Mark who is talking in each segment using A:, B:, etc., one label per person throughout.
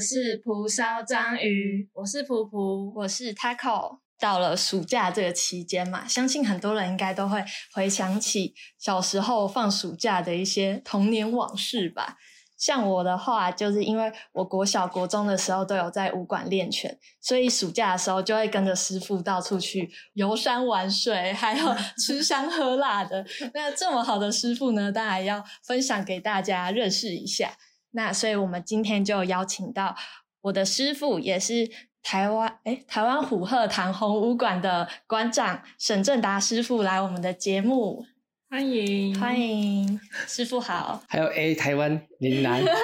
A: 是蒲烧章鱼，我是蒲蒲。
B: 我是 Taco。到了暑假这个期间嘛，相信很多人应该都会回想起小时候放暑假的一些童年往事吧。像我的话，就是因为我国小、国中的时候都有在武馆练拳，所以暑假的时候就会跟着师傅到处去游山玩水，还 有吃香喝辣的。那这么好的师傅呢，当然要分享给大家认识一下。那所以我们今天就邀请到我的师傅，也是台湾诶台湾虎鹤堂红武馆的馆长沈正达师傅来我们的节目，
A: 欢迎
B: 欢迎师傅 好，
C: 还有 A 台湾岭南，
B: 有点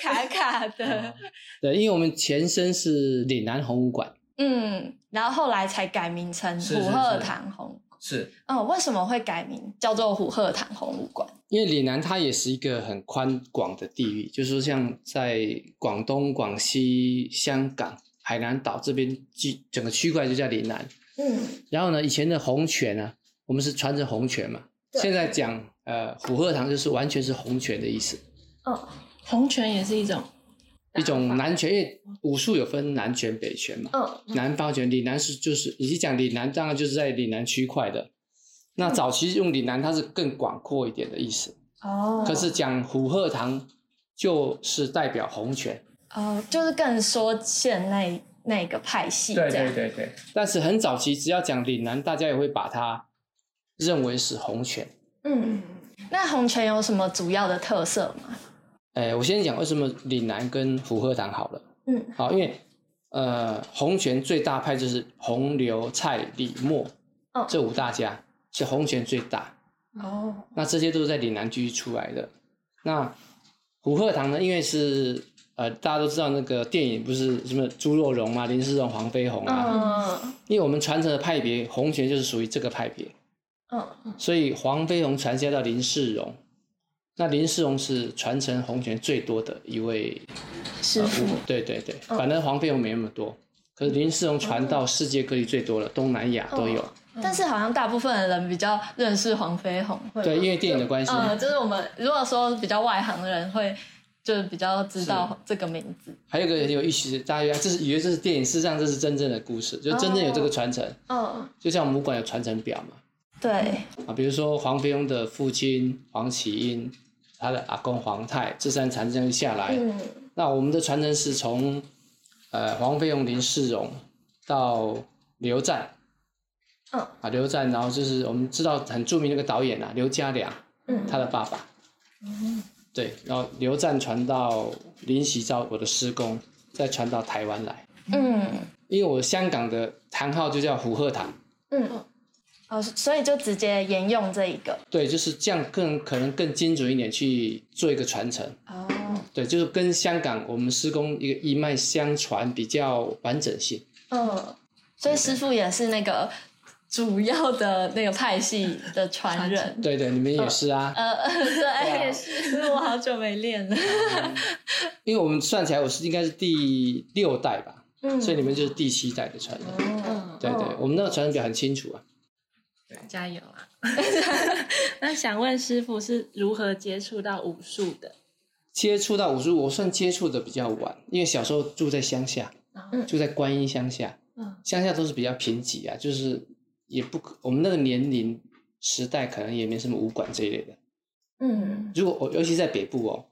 B: 卡卡的，
C: 对，因为我们前身是岭南红武馆，
B: 嗯，然后后来才改名成
C: 是是
B: 虎鹤堂红。
C: 是
B: 嗯，为什么会改名叫做虎鹤堂红武馆？
C: 因为岭南它也是一个很宽广的地域，就是说像在广东、广西、香港、海南岛这边区整个区块就叫岭南。
B: 嗯，
C: 然后呢，以前的红拳啊，我们是穿着红拳嘛，
B: 对
C: 现在讲呃虎鹤堂就是完全是红拳的意思，
A: 红拳也是一种
C: 一种南拳，因为武术有分南拳、北拳嘛。
B: 嗯，
C: 南方拳，岭南是就是，以及讲岭南当然就是在岭南区块的。那早期用岭南，它是更广阔一点的意思。
B: 哦，
C: 可是讲虎鹤堂，就是代表洪拳。
B: 哦，就是更缩限那那个派系这
C: 对
B: 样，
C: 对对对。但是很早期，只要讲岭南，大家也会把它认为是洪拳。
B: 嗯，那红拳有什么主要的特色吗？
C: 哎，我先讲为什么岭南跟虎鹤堂好了。
B: 嗯，
C: 好，因为呃，洪拳最大派就是洪刘蔡李莫，
B: 嗯
C: 这五大家是洪拳最大。
B: 哦，
C: 那这些都是在岭南区出来的。那虎鹤堂呢，因为是呃，大家都知道那个电影不是什么朱若荣嘛、林世荣、黄飞鸿啊，
B: 嗯
C: 因为我们传承的派别洪拳就是属于这个派别，
B: 嗯
C: 所以黄飞鸿传下到林世荣，那林世荣是传承洪拳最多的一位
B: 师
C: 呃
B: 傅
C: 武对对对，
B: 嗯
C: 反正黄飞鸿没那么多，可是林世荣传到世界各地最多了，东南亚都有。
B: 但是好像大部分的人比较认识黄飞鸿，会吗
C: 对，因为电影的关系，
B: 嗯，就是我们如果说比较外行的人会，就是比较知道这个名字。
C: 还有一个很有意思，大家这是以为这是电影，事实上这是真正的故事，就真正有这
B: 哦
C: 个传承。
B: 嗯，
C: 就像我们武馆有传承表嘛，
B: 对，
C: 啊，比如说黄飞鸿的父亲黄麒英，他的阿公黄泰，这三传承下来。
B: 嗯
C: 那我们的传承是从呃黄飞鸿、林世荣到刘湛，
B: 嗯
C: 啊刘湛，然后就是我们知道很著名那个导演啊刘家良，
B: 嗯
C: 他的爸爸。对，然后刘湛传到林喜昭，我的师公，再传到台湾来。
B: 嗯
C: 因为我香港的堂号就叫虎鹤堂，
B: 嗯，哦，所以就直接沿用这一个。
C: 对，就是这样更可能更精准一点去做一个传承，
B: 哦，
C: 对，就是跟香港我们施工一个一脉相传比较完整性，
B: 嗯，所以师傅也是那个主要的那个派系的传人。
C: 对对，你们也是啊，
B: 呃， 对，也是，因为我好久没练了。
C: 因为我们算起来我是应该是第六代吧，
B: 嗯
C: 所以你们就是第七代的传
B: 哦
C: 人，
A: 嗯，
C: 对对，我们那个传承表很清楚啊，
A: 加 油啊！那想问师傅是如何接触到武术的？
C: 接触到武术，我算接触的比较晚，因为小时候住在乡下，
B: 嗯
C: 住在观音乡下，
A: 嗯
C: 乡下都是比较贫瘠啊，就是也不可，我们那个年龄时代可能也没什么武馆这一类的。
B: 嗯
C: 如果尤其在北部哦，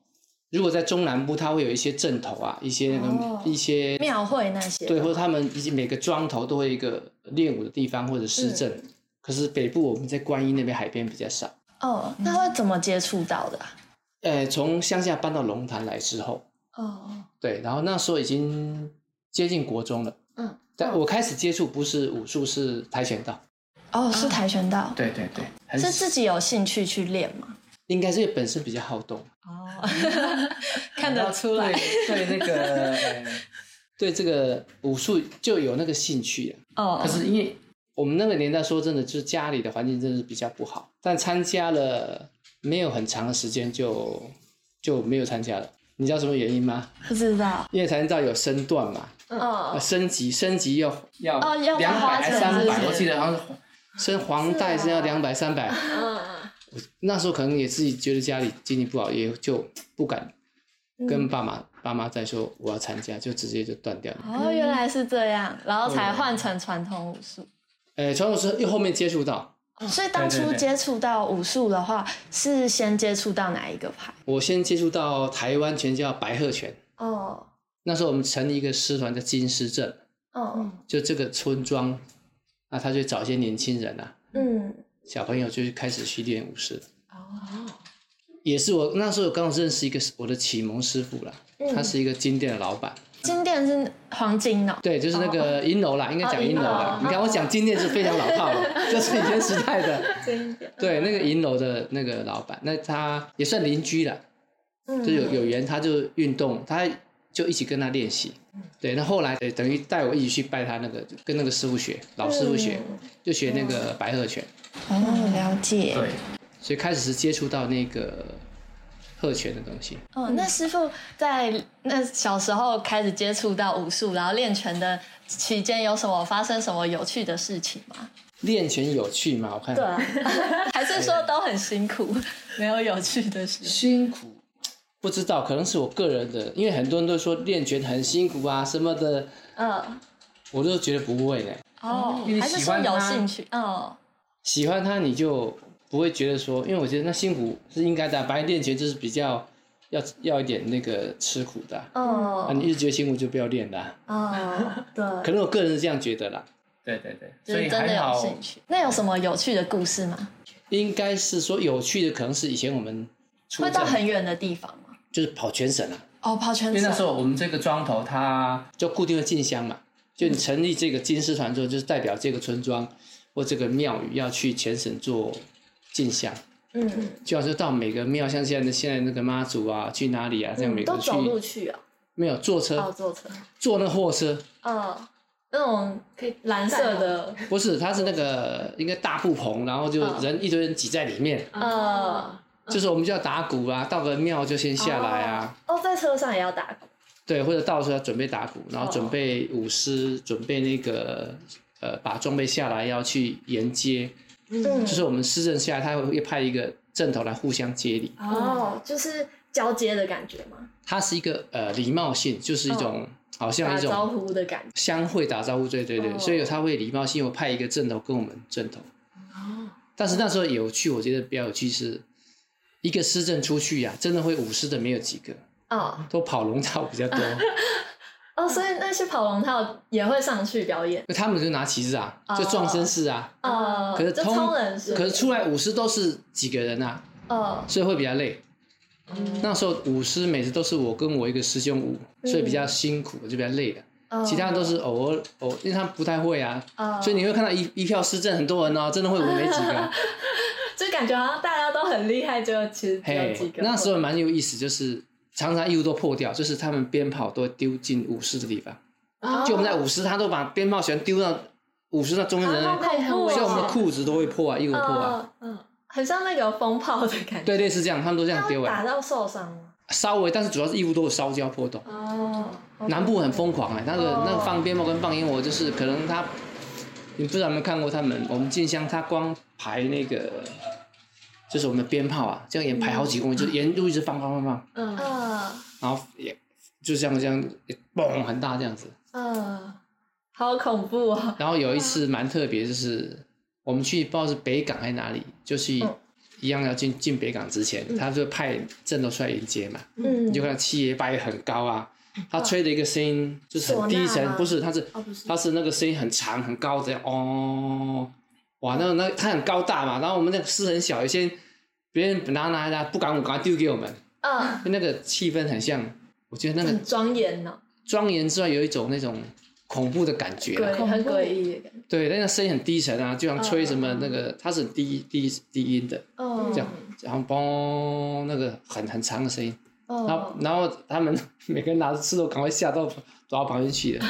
C: 如果在中南部，它会有一些镇头啊，一些那个、
B: 哦
C: 一些
B: 庙会那些
C: 对，或者他们以及每个庄头都会有一个练武的地方或者
B: 嗯
C: 市镇。可是北部我们在观音那边海边比较少，
B: 哦，那会怎么接触到的啊？
C: 呃，从乡下搬到龙潭来之后，
B: 哦，
C: 对，然后那时候已经接近国中了。
B: 嗯，
C: 但我开始接触不是武术，是跆拳道。
B: 哦，是跆拳道，
C: 对对对，很
B: 是自己有兴趣去练吗？
C: 应该是因为本身比较好动，
B: 哦， 看得出来，
C: 对对那个、呃 对这个武术就有那个兴趣啊。
B: 哦，
C: 可是因为我们那个年代，说真的，就是家里的环境真的是比较不好，但参加了没有很长的时间就就没有参加了。你知道什么原因吗？
B: 不知道，
C: 因为跆拳道有身段嘛，
B: 哦
C: 啊，升级升级要要
B: 哦要
C: 两
B: 花
C: 百还
B: 钱
C: 三
B: 是不
C: 百，
B: 是
C: 我记得好像是升黄带是要两百三百。
A: 嗯
C: 那时候可能也自己觉得家里经济不好，也就不敢跟爸妈、爸妈再说我要参加，就直接就断掉了。
B: 哦，原来是这样，然后才换成传统武术。
C: 呃，传统是又后面接触到，
B: 所以当初
C: 对对对
B: 接触到武术的话，是先接触到哪一个派？
C: 我先接触到台湾拳叫白鹤拳，
B: 哦，
C: 那时候我们成立一个师团叫金狮镇，
B: 嗯
C: 就这个村庄，那他就找一些年轻人啊，
B: 嗯，
C: 小朋友就开始去练武术。
A: 哦，
C: 也是我那时候刚好认识一个我的启蒙师傅啦，
B: 嗯
C: 他是一个金店的老板，
B: 金店是黄金哦，
C: 对，就是那个银楼啦，应该讲银楼
B: 哦
C: 啦。你看我讲金店是非常老 套了，这是以前时代的。
A: 这一点，
C: 对，那个银楼的那个老板，那他也算邻居了，
B: 嗯
C: 就有有缘，他就运动，他就一起跟他练习。
B: 嗯
C: 对，那后来呃等于带我一起去拜他那个，跟那个师傅学，老师傅学，
B: 嗯
C: 就学那个白鹤拳。
B: 哦，了解。
C: 对，所以开始是接触到那个鹤拳的东西。
B: 哦，那师傅在那小时候开始接触到武术，然后练拳的期间，有什么发生什么有趣的事情吗？
C: 练拳有趣吗？我看
B: 啊， 还是说都很辛苦， 没有有趣的事？
C: 辛苦，不知道，可能是我个人的，因为很多人都说练拳很辛苦啊什么的，
B: 嗯，
C: 我都觉得不会呢。
B: 哦
C: 因为，你
B: 还是
C: 喜
B: 说
C: 欢
B: 有
C: 它
B: 兴趣？哦，
C: 喜欢它你就不会觉得说，因为我觉得那辛苦是应该的啊，反正练拳就是比较要要一点那个吃苦的啊，啊
B: 哦，
C: 你一直觉得辛苦就不要练啦、
B: 哦，对。
C: 可能我个人是这样觉得啦。对对对，
B: 就是真的有兴趣。那有什么有趣的故事吗？
C: 应该是说有趣的，可能是以前我们出
B: 会到
C: 战
B: 很远的地方吗？
C: 就是跑全省啊，
B: 哦，跑全
C: 因为那时
B: 省。
C: 候我们这个庄头它就固定的进香嘛，就你成立这个金狮团之后，就是代表这个村庄或这个庙宇要去全省做进香，
B: 嗯，
C: 就好像到每个庙，像现在的现在那个妈祖啊，去哪里啊，这样
B: 嗯
C: 每
B: 都
C: 个去、
B: 走路去哦，
C: 没有坐车，
B: 哦，坐车，
C: 坐那货车
B: 哦，那种
A: 哦可以
B: 蓝色的，
C: 不是，它是那个应该大布棚，然后就
B: 嗯
C: 人一堆人挤在里面，
A: 哦
B: 呃，
C: 就是我们就要打鼓啊，到个庙就先下来啊。
B: 哦，在车上也要打鼓，
C: 对，或者到时候要准备打鼓，然后
B: 哦
C: 准备舞狮，准备那个呃，把装备下来要去沿街，
B: 嗯
C: 就是我们市政下来，他会派一个阵头来互相接礼。
A: 哦，，
B: 就是交接的感觉嘛，
C: 它是一个呃礼貌性，就是一种、好像一种
B: 哦呼的感觉。
C: 相会打招呼，对对对，
B: 哦
C: 所以他会礼貌性，我派一个阵头跟我们阵头。
B: 哦
C: 但是那时候有趣，我觉得比较有趣是，一个市政出去呀、真的会舞狮的没有几个，
B: 哦
C: 都跑龙套比 较多，
B: 哦，所以那些跑龙套也会上去表演，
C: 那他们就拿旗子啊，就撞声势啊。
B: 哦，
C: 可是
B: 就
C: 通
B: 冲人是，
C: 可是出来舞狮都是几个人啊，
B: 哦，
C: 所以会比较累。
A: 嗯
C: 那时候舞狮每次都是我跟我一个师兄舞，所以比较辛苦，就比较累的。
B: 嗯哦
C: 其他都是偶尔偶，因为他们不太会啊，
B: 哦
C: 所以你会看到一一票师证很多人哦，真的会舞没几 个。
B: 就感觉好像大家都很厉害，就其实只有
C: 嘿
B: 几，个。
C: 那时候蛮有意思，就是常常衣服都破掉，就是他们鞭炮都会丢进舞狮的地方。
B: 哦
C: 就我们在舞狮，他都把鞭炮全丢到舞狮那中间人，
B: 啊好恐怖哦
C: 所以我们的裤子都会破啊，衣服破啊，
B: 哦，嗯，很像那个风炮的感觉，
C: 对，类似这样，他们都这样
B: 那
C: 丢
B: 打
C: 啊，
B: 到受伤吗？
C: 稍微，但是主要是衣服都有烧焦破洞。
B: 哦，
C: 南部很疯狂哎、那个
B: 哦
C: 那个放鞭炮跟放烟火，就是可能他，你不知道有没有看过他们，我们进香他光排那个，就是我们的鞭炮啊，这样也排好几公里，就沿路一直放放放放，
A: 嗯，
B: 嗯
C: 然后也就这样这样，嘣很大这样子。
B: 嗯，好恐怖哦！
C: 然后有一次蛮特别，就是我们去不知道是北港还是哪里，就去
B: 嗯
C: 一样要进进北港之前，他就派镇头出来迎接嘛，
B: 嗯
C: 你就看到七爷八爷很高啊，他吹的一个声音就是很低
B: 唢
C: 沉
B: 呐，吗
C: 不是，他是
A: 哦不是
C: 他是那个声音很长很高这样哦，哇，那那他很高大嘛，然后我们那个诗很小，有些别人拿拿拿不敢舞，赶快丢给我们，
B: 嗯，
C: 那个气氛很像，我觉得那个
B: 很庄严哦呢，
C: 庄严之外有一种那种恐怖的感觉啊、
B: 诡
A: 恐怖
B: 很诡异的感觉。
C: 对，那个声音很低沉啊，就像吹什么那个，它是低低低音的，
B: 哦，
C: 这样，然后嘣，那个很很长的声音，然后
B: 哦，
C: 然后他们 每个人拿着石头赶快吓到躲到旁边去了。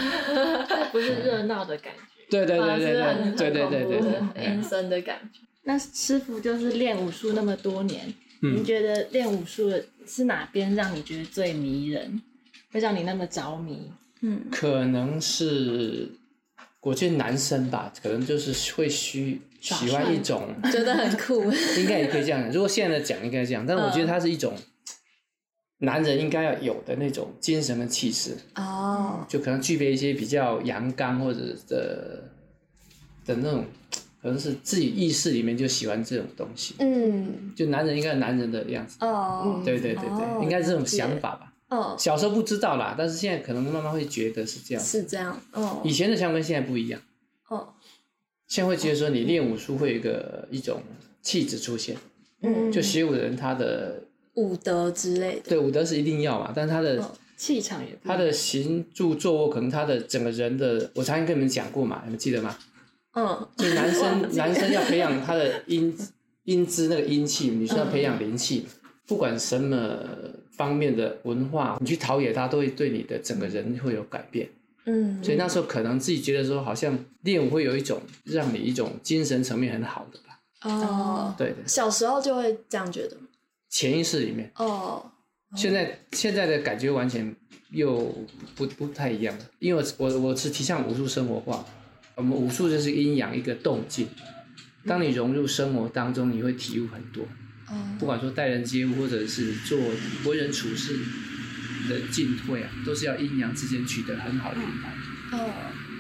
A: 不是热闹的感觉。
C: 对对对对
B: 反而是
C: 对
B: 很
C: 对对对哎对对
B: 很恐怖很嗯阴
C: 对，
B: 森的感觉。
A: 那师傅就是练武术那么多年，
C: 嗯
A: 你觉得练武术的是哪边让你觉得最迷人，会让你那么着迷？
B: 嗯，
C: 可能是我觉得男生吧，可能就是会需
A: 耍
C: 喜欢
A: 帅
C: 一种，
B: 觉得很酷。嗯
C: 应该也可以这样讲。如果现在的讲应该这样，但我觉得它是一种男人应该要有的那种精神跟气势，
B: 哦，
C: 就可能具备一些比较阳刚或者的的那种，可能是自己意识里面就喜欢这种东西，
B: 嗯，
C: 就男人应该有男人的样子。
B: 哦，
C: 对对对对，
B: 哦
C: 应该是这种
B: 了解
C: 想法吧。
B: 嗯，
C: 小时候不知道啦，但是现在可能慢慢会觉得是这样。
B: 是这样，哦，
C: 以前的想法跟现在不一样，
B: 哦，
C: 现在会觉得说你练武术会有一个一种气质出现，
B: 嗯，
C: 就学武的人他的
B: 武德之类的，
C: 对武德是一定要嘛，但是他的、
B: 嗯
A: 气场也不一
C: 他
A: 样
C: 的行住坐卧，可能他的整个人的，我常常跟你们讲过嘛，你们记得吗？
B: 嗯，
C: 就男
A: 忘
C: 生
A: 记
C: 男生要培养他的阴阴资那个阴气，女生要培养灵气，不管什么方面的文化，你去陶冶他，都会对你的整个人会有改变。
B: 嗯，
C: 所以那时候可能自己觉得说，好像练武会有一种让你一种精神层面很好的吧，
B: 哦，
C: 对的，
B: 小时候就会这样觉得吗，
C: 潜意识里面。
B: 哦，
C: 现在现在的感觉完全又不不太一样了，因为我我我是提倡武术生活化，我们武术就是阴阳一个动静，当你融入生活当中，你会体悟很多，
B: 哦，
C: 不管说待人接物，或者是做为人处事的进退啊，都是要阴阳之间取得很好的平衡。
B: 哦，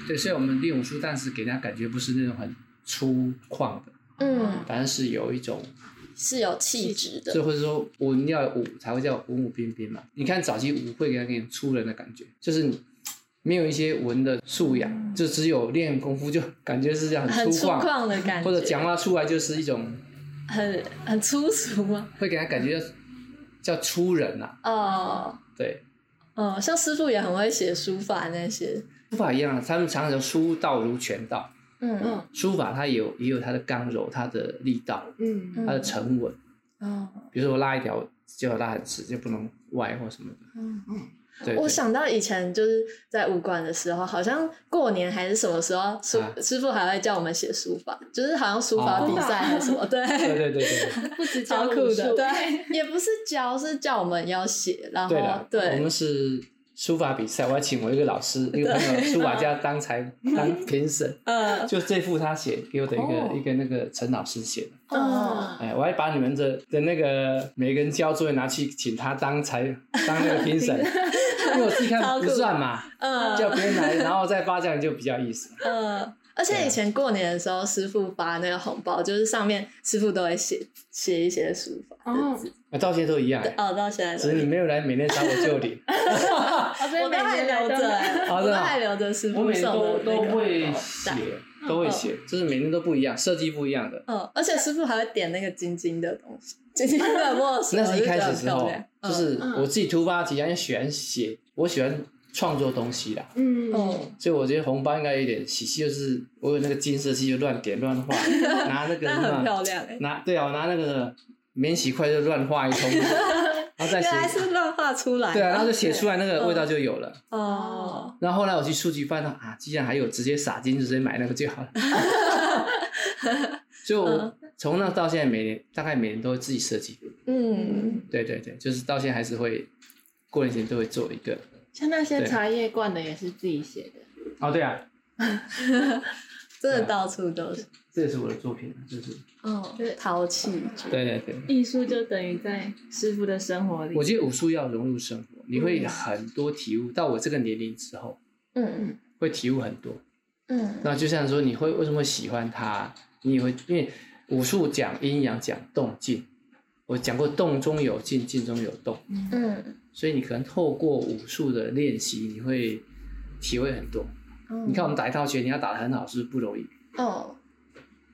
C: 对，虽然我们练武术，但是给人家感觉不是那种很粗犷的，
B: 嗯，
C: 反而是有一种
B: 是有气质
C: 所
B: 的，
C: 以或者说文要有武才会叫文武彬彬嘛。你看早期武会给人给你粗人的感觉，就是你没有一些文的素养，就只有练功夫就感觉是这样
A: 很粗
C: 粗犷，
A: 犷的感觉，
C: 或者讲话出来就是一种
A: 很很粗俗吗？
C: 会给人感觉叫粗人呐、啊。
B: 哦，
C: 对，
B: 哦，像师傅也很会写书法那些，
C: 书法一样，啊他们常常书道如拳道，
B: 嗯
A: 嗯
C: 书法它也有也有它的刚柔、它的力道、
A: 嗯
C: 它的沉稳。
B: 哦，
C: 比如说我拉一条就要拉很直，就不能歪或什么的。
B: 嗯
A: 嗯
C: 对，对
B: 我想到以前就是在武馆的时候，好像过年还是什么时候，师、
C: 啊
B: 师傅还会叫我们写书法，就是好像书法
C: 哦
B: 比赛还是什么，
C: 对
B: 对，
C: 对对对。
A: 不止
B: 超
A: 教
B: 酷
A: 武
B: 的，，
A: 术
B: 对，也不是教，是叫我们要写，然后
C: 对的，我
B: 对
C: 们是书法比赛，我还请我一个老师，一个朋友，书法家当裁当 评审，
B: 嗯
C: 就这幅他写给我的一个、
A: 哦
C: 一个那个陈老师写的，
B: 嗯
A: 嗯，
C: 哎，我还把你们的的那个每个人交作业拿去请他当裁当那个评 审，因为我自己
B: 超
C: 看
B: 酷
C: 不算嘛，
B: 嗯
C: 叫别人来，然后再发这样就比较意思。
B: 嗯。而
C: 啊
B: 且以前过年的时候，师傅发那个红包，就是上面师傅都会写写一些书法的
A: 哦
B: 字。
C: 啊，到现在都一样、哎
B: 哦，到现在
C: 只
B: 都
C: 是你没有来，每天找我就 领。
A: 哦
B: 我都还留着，
A: 欸
B: 哎
C: 哦
B: 我
C: 真
B: 都
C: 的哦
B: 还留着师
C: 我
B: 傅
C: 每天
B: 送
C: 都
B: 的那
C: 都
B: 个哦
C: 会
B: 红
C: 写
B: 包，
C: 都会写，就是每天都不一样，设计不一样的。
B: 嗯，而且师傅还会点那个晶晶的东 西，晶晶的墨水，
C: 那是一开始
B: 我就觉得很
C: 时
B: 漂
C: 候
B: 亮，
C: 就是
A: 嗯
C: 我自己突发奇想，因为喜欢写，我喜欢创作东西啦，
A: 嗯
B: 哦，
C: 所以我觉得红包应该有点喜气，就是我有那个金色系就乱点乱 画，拿那个
B: 那很
C: 乱
B: 漂亮哎，
C: 拿对啊，我拿那个免洗筷就乱画一 通，然后再
B: 原来
C: 写，
B: 是乱画出来的，嗯
C: 对啊，然后就写出来那个味道就有了。
B: 哦，
C: 然后后来我去书局翻到啊，既然还有，直接撒金直接买那个就好 了。所以我从那到现在每年大概每年都会自己设计，
B: 嗯，
C: 对对对，就是到现在还是会过年前都会做一个。
A: 像那些
C: 对
A: 茶叶罐的也是自己写的，
C: 哦，对啊，
B: 真的到处都是，
C: 这也是我的作品，就是
B: 哦
A: 对，
B: 淘气，
C: 对对对。
A: 艺术就等于在师傅的生活里
C: 我，觉得武术要融入生活，你会很多体悟。到我这个年龄之后，
B: 嗯
C: 会体悟很多。
B: 嗯
C: 那就像说，你会为什么会喜欢它？你也会因为武术讲阴阳，讲动静。我讲过，动中有静，静中有动，
B: 嗯
C: 所以你可能透过武术的练习，你会体会很多。
B: 嗯
C: 你看我们打一套拳，你要打得很好，是不是不容易？
B: 哦，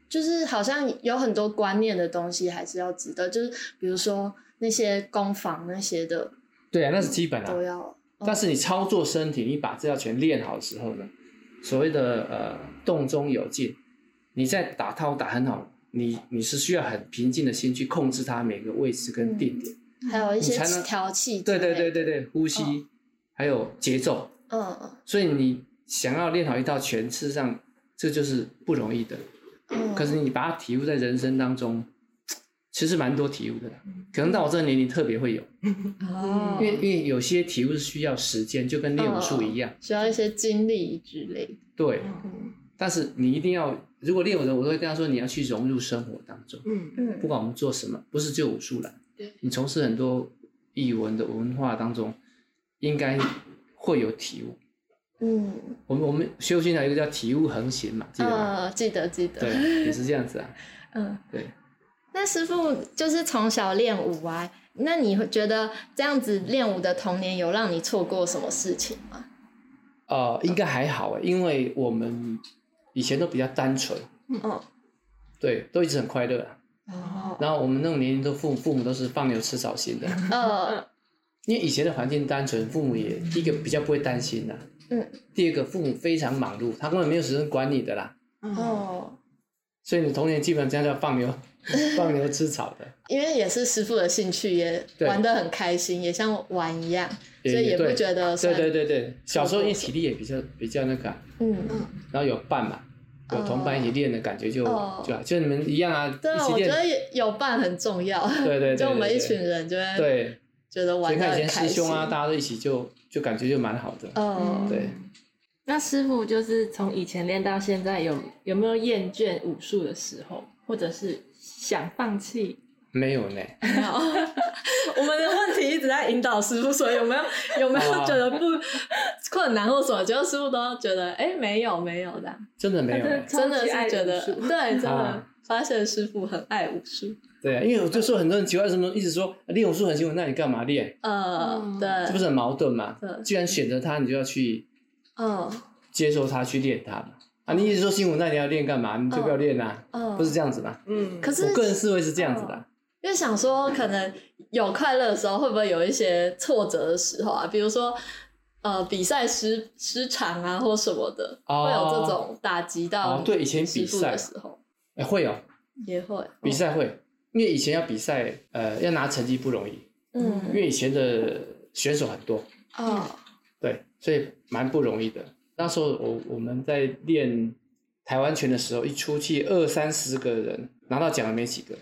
B: 就是好像有很多观念的东西还是要值得，就是比如说那些攻防那些的
C: 对啊，那是基本啊
B: 都。要，
C: 但是你操作身体，你把这条拳练好之后呢，所谓的呃动中有静，你在打套打很好，你你是需要很平静的心去控制它每个位置跟定点。
B: 还有一些
C: 你才能
B: 调气，
C: 对对对，对对，呼吸、还有节奏，
B: 嗯
C: 所以你想要练好一套拳，事实上这就是不容易的。
B: 嗯，
C: 可是你把它体悟在人生当中，其实蛮多体悟的啦，可能到我这个年龄特别会有，
B: 哦
C: 因为因为有些体悟是需要时间，就跟练武术一样。
B: 需要一些经历之类的。
C: 对，
B: 嗯
C: 但是你一定要，如果练武的，我都会跟他说，你要去融入生活当中，
A: 嗯
C: 不管我们做什么，不是就武术了，
A: 对
C: 你从事很多译文的文化当中，应该会有体悟。
B: 嗯，
C: 我们我们修心还有一个叫体悟横行嘛，记得吗？
B: 呃，记得记得，
C: 对，也是这样子啊。
B: 嗯，
C: 对，
B: 那师傅就是从小练舞啊，那你会觉得这样子练舞的童年有让你错过什么事情吗？
C: 呃，应该还好欸，因为我们以前都比较单纯，
B: 嗯，
C: 对，都一直很快乐啊、
B: 哦，
C: 然后我们那种年龄都父父母都是放牛吃草型的，
B: 呃，
C: 因为以前的环境单纯，父母也第一个比较不会担心啦、
B: 嗯，
C: 第二个父母非常忙碌，他根本没有时间管你的啦，
A: 哦，
B: 哦，
C: 所以你童年基本上叫放牛 放牛吃草的，
B: 因为也是师傅的兴趣，也
C: 对
B: 玩的很开心，也像玩一样， 所以也不
C: 对
B: 觉得算
C: 对对对对，小时候因为
B: 错过
C: 体力也比较比较那个啊、
B: 嗯，
C: 然后有伴嘛，有同伴一起练的感觉就、
B: 哦
C: 就就你们一样啊，
B: 对
C: 一
B: 啊，
C: 起
B: 我觉
C: 练，
B: 得有伴很重要。
C: 对对对，
B: 就我们
C: 对
B: 一群人就会
C: 对，
B: 觉得
C: 所以
B: 玩的
C: 看
B: 很
C: 以前
B: 开
C: 师
B: 心。
C: 兄啊，大家都一起就就感觉就蛮好的，
B: 呃，
C: 对。
A: 嗯那师傅就是从以前练到现在有，有没有厌倦武术的时候，或者是想放弃？
C: 没有呢。
B: 好我们的问题一直在引导师傅说有没有有没有
C: 哦
B: 觉得不困难或什么，结果师傅都觉得哎、没有没有的，
C: 真的没 有、欸，
B: 真的
A: 超级爱
B: 是觉得
A: 武术
B: 对，真的
C: 啊
B: 发现师傅很爱武术。
C: 对啊，因为我就说很多人奇怪，为什么一直说啊练武术很辛苦，那你干嘛练？
B: 呃，
A: 嗯
B: 对，
C: 这不是很矛盾吗
B: 对？
C: 既然选择它，你就要去
B: 嗯
C: 接受它，去练它嘛。啊，你一直说辛苦，那你要练干嘛？你就不要练啦、
B: 嗯，
C: 不是这样子吗？
A: 嗯，
B: 可是嗯
C: 我个人思维是这样子的，
B: 因为想说，可能有快乐的时候，会不会有一些挫折的时候啊？比如说，呃，比赛失失常啊，或什么的，
C: 哦
B: 会有这种打击到、
C: 哦对以前比赛
B: 的时候嗯
C: 哎，会哦，
B: 也会
C: 比，赛会，因为以前要比赛，呃，要拿成绩不容易，因
B: 嗯，
C: 为以前的选手很多，
B: 哦，
C: 对，所以蛮不容易的。那时候我我们在练台湾拳的时候，一出去二三十个人拿到奖的没几个、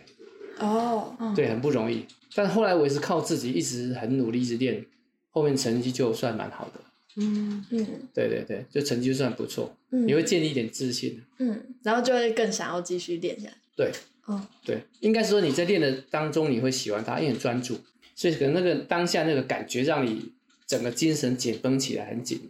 B: 哦，
C: 对，很不容易。但后来我也是靠自己一直很努力，一直练，后面成绩就算蛮好的。
A: 嗯，
B: 嗯
C: 对对对，就成绩就算不错，你
B: 嗯
C: 会建立一点自信。啊
B: 嗯，然后就会更想要继续练下来。
C: 对
B: 哦，
C: 对，应该说你在练的当中，你会喜欢它，因为很专注，所以可能那个当下那个感觉让你整个精神紧绷起来，很紧，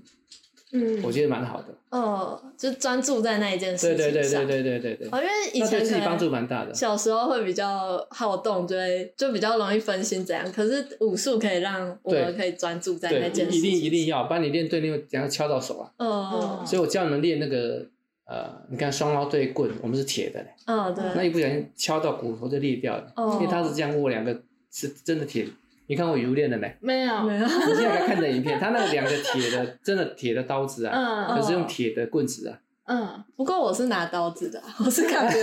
A: 嗯
C: 我觉得蛮好的。
B: 哦，就专注在那一件
C: 对
B: 事情
C: 对
B: 上。
C: 对对对对对对，
B: 哦，因为以
C: 那
B: 前
C: 对自己
B: 可能
C: 帮助蛮大的。
B: 小时候会比较好动，就会就比较容易分心怎样。可是武术可以让我们
C: 对
B: 可以专注在那
C: 对，
B: 件
C: 一
B: 事
C: 定
B: 情。
C: 一定要，不然你练对练，等下敲到手啊。
B: 嗯
C: 所以我教你们练那个呃，你看双捞对棍，我们是铁的嘞。
B: 嗯，
C: 那
B: 对，
C: 一不小心敲到骨头就裂掉了，
B: 哦
C: 因为他是这样握两个是真的铁。你看我鱼练了没？
A: 没有，
B: 没有，
C: 你现在还看的影片， 他那两个铁的，真的铁的刀子啊，
A: 嗯
C: 可是用铁的棍子啊，
A: 嗯，
B: 不过我是拿刀子的，我是感 觉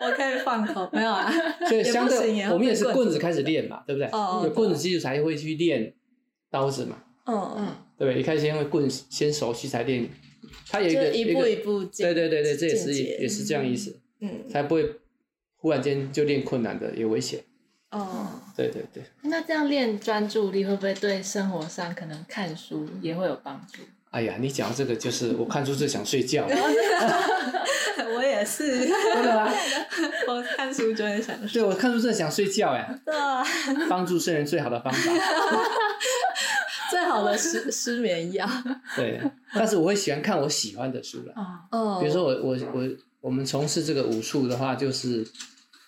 B: 我可以放空，没有啊。
C: 所以相
B: 也不行
C: 对
B: 也要
C: 我们也是
B: 被棍
C: 棍
B: 子
C: 子开始练嘛，对不对？
B: 哦
C: 有棍子基础才会去练刀子嘛，
B: 嗯，
A: 嗯，
C: 对不对？一开始先会棍先熟悉才练，它有一
B: 就
C: 个
B: 一步一
C: 个，
B: 步进。
C: 对对对对，这也
B: 进
C: 是
B: 阶
C: 也是这样意思，
B: 嗯，
C: 才不会忽然间就练困难的，也危险。
B: 哦，
C: 对对对，
A: 那这样练专注力会不会对生活上可能看书也会有帮助？
C: 哎呀，你讲到这个就是我看出是想睡觉，真
B: 我也是，
C: 的
A: 啊
C: 吗？
B: 我看书就会想说，
C: 对，我看书真的想睡觉哎，
B: 对啊
C: 帮助睡眠最好的方法。
B: 最好的失失眠 药。
C: 对，但是我会喜欢看我喜欢的书了。
A: 啊，
B: 哦，
C: 比如说我我我我们从事这个武术的话，就是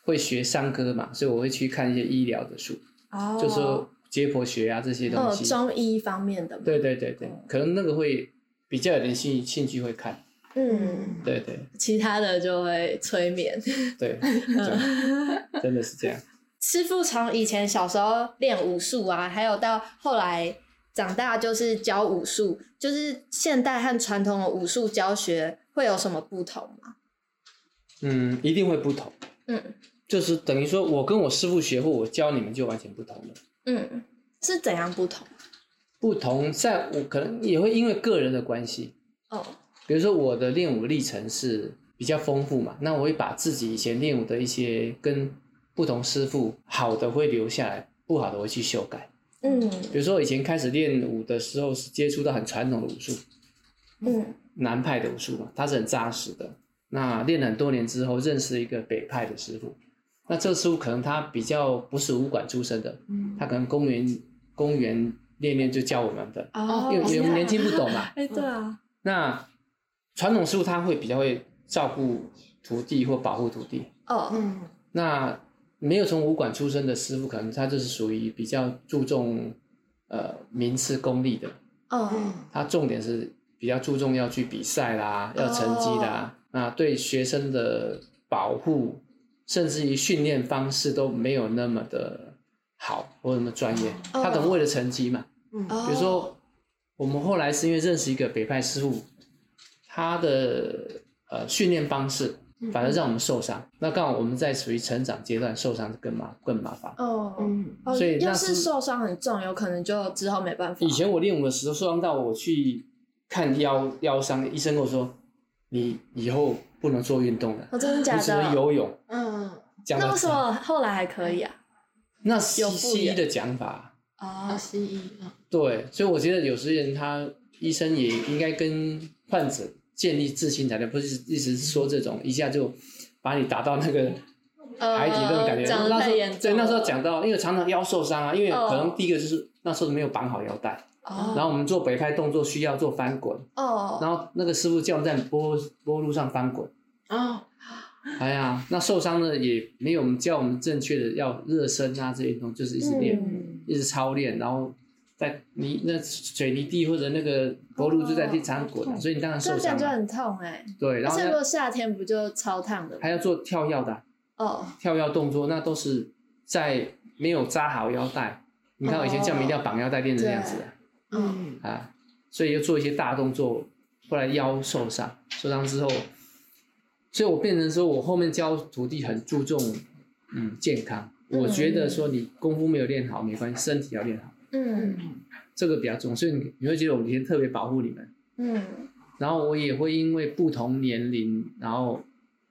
C: 会学商科嘛，所以我会去看一些医疗的书，
B: 哦，
C: 就说解剖学啊这些东
B: 哦，
C: 西。
B: 中医方面的嘛，
C: 对对对对，可能那个会比较有点兴兴趣会看。
B: 嗯，
C: 对对
B: 其他的就会催眠。
C: 对，真的真的是这样。
B: 师傅从以前小时候练武术啊，还有到后来长大就是教武术，就是现代和传统的武术教学会有什么不同吗？
C: 嗯，一定会不同。
B: 嗯
C: 就是等于说，我跟我师傅学或我教你们就完全不同了。
B: 嗯，是怎样不同？
C: 不同，在我可能也会因为个人的关系，
B: 哦，
C: 比如说我的练武历程是比较丰富嘛，那我会把自己以前练武的一些跟不同师傅好的会留下来，不好的会去修改。
B: 嗯
C: 比如说我以前开始练武的时候是接触到很传统的武术，
B: 嗯
C: 南派的武术嘛，它是很扎实的。那练了很多年之后，认识一个北派的师傅，那这个师傅可能他比较不是武馆出身的，
A: 嗯
C: 他可能公园公园练练就教我们的，
A: 哦
C: 因为
A: 原
C: 我们年
B: 纪
C: 轻不懂嘛。
B: 哎，对啊，
C: 那传统师傅他会比较会照顾徒弟或保护徒弟，
B: 哦，
A: 嗯
C: 那没有从武馆出身的师傅，可能他就是属于比较注重呃名次功利的，
B: 嗯，
A: 嗯
C: 他重点是比较注重要去比赛啦，要成绩啦，那对学生的保护，甚至于训练方式都没有那么的好或那么专业，
B: 哦
C: 他可能为了成绩嘛，
A: 嗯
B: 哦
C: 比如说，我们后来是因为认识一个北派师傅，他的呃训练方式
B: 嗯
C: 反而让我们受伤。那刚好我们在属于成长阶段，受伤就更麻更麻烦。
B: 哦，
A: 嗯
B: 哦
C: 所以
B: 要
C: 那
B: 是
C: 是
B: 受伤很重，有可能就之后没办法。
C: 以前我练武的时候，受伤到我去看腰腰伤，医生跟我说，你以后不能做运动了，
B: 哦，真的假
C: 你只能
B: 的？
C: 游泳。
A: 嗯
C: 讲
B: 那
C: 的
B: 为什么后来还可以啊？
C: 那西
B: 有不
C: 西
B: 远
C: 医的讲法，
B: 哦
A: 啊，西医嗯
C: 对，所以我觉得有些人他医生也应该跟患者建立自信才对，不是一直说这种一下就把你打到那个海底那种感
B: 呃
C: 觉。
B: 讲的
C: 那时
B: 太
C: 候
B: 严重了。
C: 对，那时候讲到，因为常常腰受伤啊，因为
B: 嗯哦
C: 可能第一个就是、那时候没有绑好腰带，
B: 哦，
C: 然后我们做北派动作需要做翻滚，
B: 哦，
C: 然后那个师傅叫我们在坡坡路上翻滚，
A: 哦
C: 哎呀，那受伤了也没有我们教我们正确的要热身啊，这些运动就是一直练。
A: 嗯
C: 一直操练，然后在泥那水泥地或者那个柏路就在地上滚啊，
A: 哦
C: 所以你当然受
B: 这
C: 伤
B: 样就
C: 了。
B: 很痛哎。
C: 对，然
B: 而
C: 后
B: 且如
C: 呢
B: 果夏天不就超烫的吗？
C: 还要做跳跃的啊
B: 哦，
C: 跳跃动作，那都是在没有扎好腰带。你看我以前叫我们一定要绑腰带练成这样子的
B: 嗯，
A: 嗯
C: 啊，所以要做一些大动作，后来腰受伤，受伤之后，所以我变成说我后面教徒弟很注重嗯健康。我觉得说你功夫没有练好没关系，身体要练好，
B: 嗯
A: 嗯
C: 这个比较重要。所以你你会觉得我们以前特别保护你们。
B: 嗯，
C: 然后我也会因为不同年龄，然后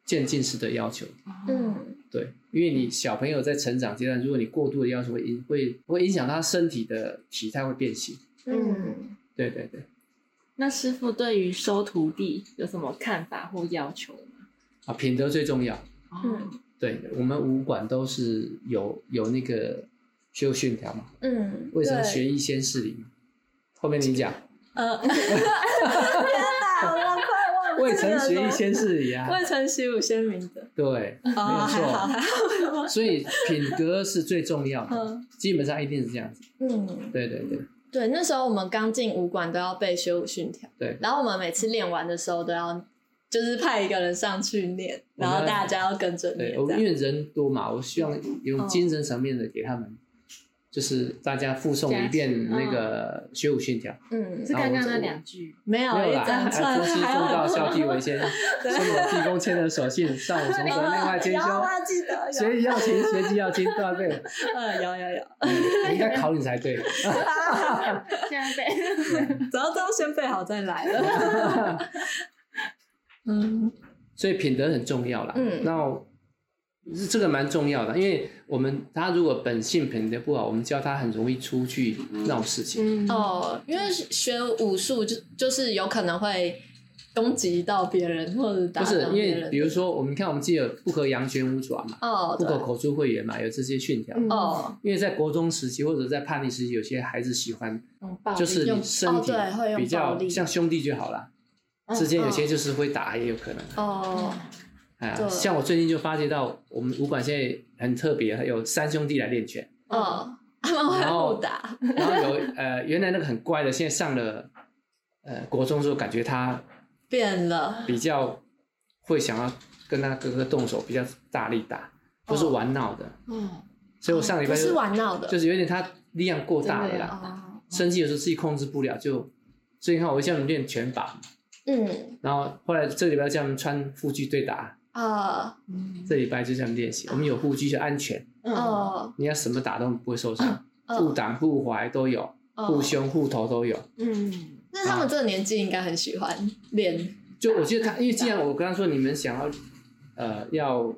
C: 渐进式的要求，
B: 嗯，
A: 嗯
C: 对，因为你小朋友在成长阶段，如果你过度的要求会影会会影响他身体的体态会变形，
B: 嗯，
C: 对对对，
A: 那师傅对于收徒弟有什么看法或要求吗？
C: 啊，品德最重要，
A: 嗯
C: 对我们武馆都是有有那个修训条嘛，
B: 嗯，
C: 为什么
B: 对
C: 学艺先事理嘛？后面你讲，
B: 呃， 天哪，我 快忘了
C: 未曾学艺先事理 啊，
B: 未曾习武先明德。
C: 对，
B: 哦，
C: 没有
B: 还好，
C: 错，
B: 还好。
C: 所以品格是最重要的
B: 嗯，
C: 基本上一定是这样子，
B: 嗯，
C: 对对对。
B: 对，那时候我们刚进武馆都要背学武训条，
C: 对
B: 然后我们每次练完的时候都要，就是派一个人上去念，
C: 我
B: 然
C: 们
B: 后大家要跟着念
C: 对，我
B: 这
C: 因
B: 样。
C: 为人多嘛，我希望
B: 哦
C: 用精神层面的给他们，就是大家附送
A: 加
C: 一遍
A: 持
C: 那个学武训条。
B: 嗯
A: 是，刚刚那两句，
B: 没有
C: 没有
B: 一
C: 啦，
B: 整
C: 啊
B: 串，
C: 朱熹
B: 还
C: 忠告孝悌为先，
B: 对
C: 生我地公牵着手信，上我从
B: 有
C: 责，内外兼
B: 有 我
C: 修。
B: 要记得有，
C: 学艺要勤，学技要精，对 吧？对，
B: 嗯，有有有，
C: 我应该考你才对。
A: 现在被
B: 只要都先备好再来了。 嗯
C: 所以品德很重要啦。
B: 嗯
C: 那这个蛮重要的，因为我们他如果本性品德不好，我们教他很容易出去闹事情。
A: 嗯
B: 哦，因为学武术就就是有可能会攻击到别人或者打
C: 不是
B: 伤
C: 因
B: 别
C: 为，
B: 人。
C: 比如说，我们看我们自己有不可扬拳五爪嘛，
B: 哦，
C: 不
B: 对
C: 可口出秽言嘛，有这些训条。
A: 嗯
B: 哦，
C: 因为在国中时期或者在叛逆时期，有些孩子喜欢
A: 用暴力
C: 就是
B: 用
C: 你身体
B: 哦对会用
C: 比
B: 暴
C: 较
B: 力
C: 像兄弟就好了，
A: 嗯
C: 之间有些就是会打也有可能。
B: 哦，
C: 哎呀
B: 对，
C: 像我最近就发觉到，我们武馆现在很特别，有三兄弟来 练拳，
B: 哦，他们会
C: 然后
B: 互打，
C: 然后有呃原来那个很乖的，现在上了呃国中之后，感觉他
B: 变了，
C: 比较会想要跟他哥哥动手，比较大力打，不是
B: 哦
C: 玩闹的。
A: 嗯
C: 所以我上礼
B: 不
C: 拜就是
B: 玩闹的，
C: 就是有点他力量过大了
A: 真的
C: 啦，
B: 哦，
C: 生气的时候自己控制不了，就所以你看我叫他们练拳法，
B: 嗯
C: 然后后来这礼拜叫他们穿护具对打，
B: 啊
A: 嗯
C: 这礼拜就这样练习。我们有护具就安全，
A: 哦
B: 哦
C: 你要什么打都不会受伤，
B: 哦
C: 护挡、护踝都有，护
B: 哦，
C: 胸、护头都有。
A: 嗯
B: 那他们这个年纪应该很喜欢练，
C: 就我觉得他，因为既然我跟他说你们想要呃要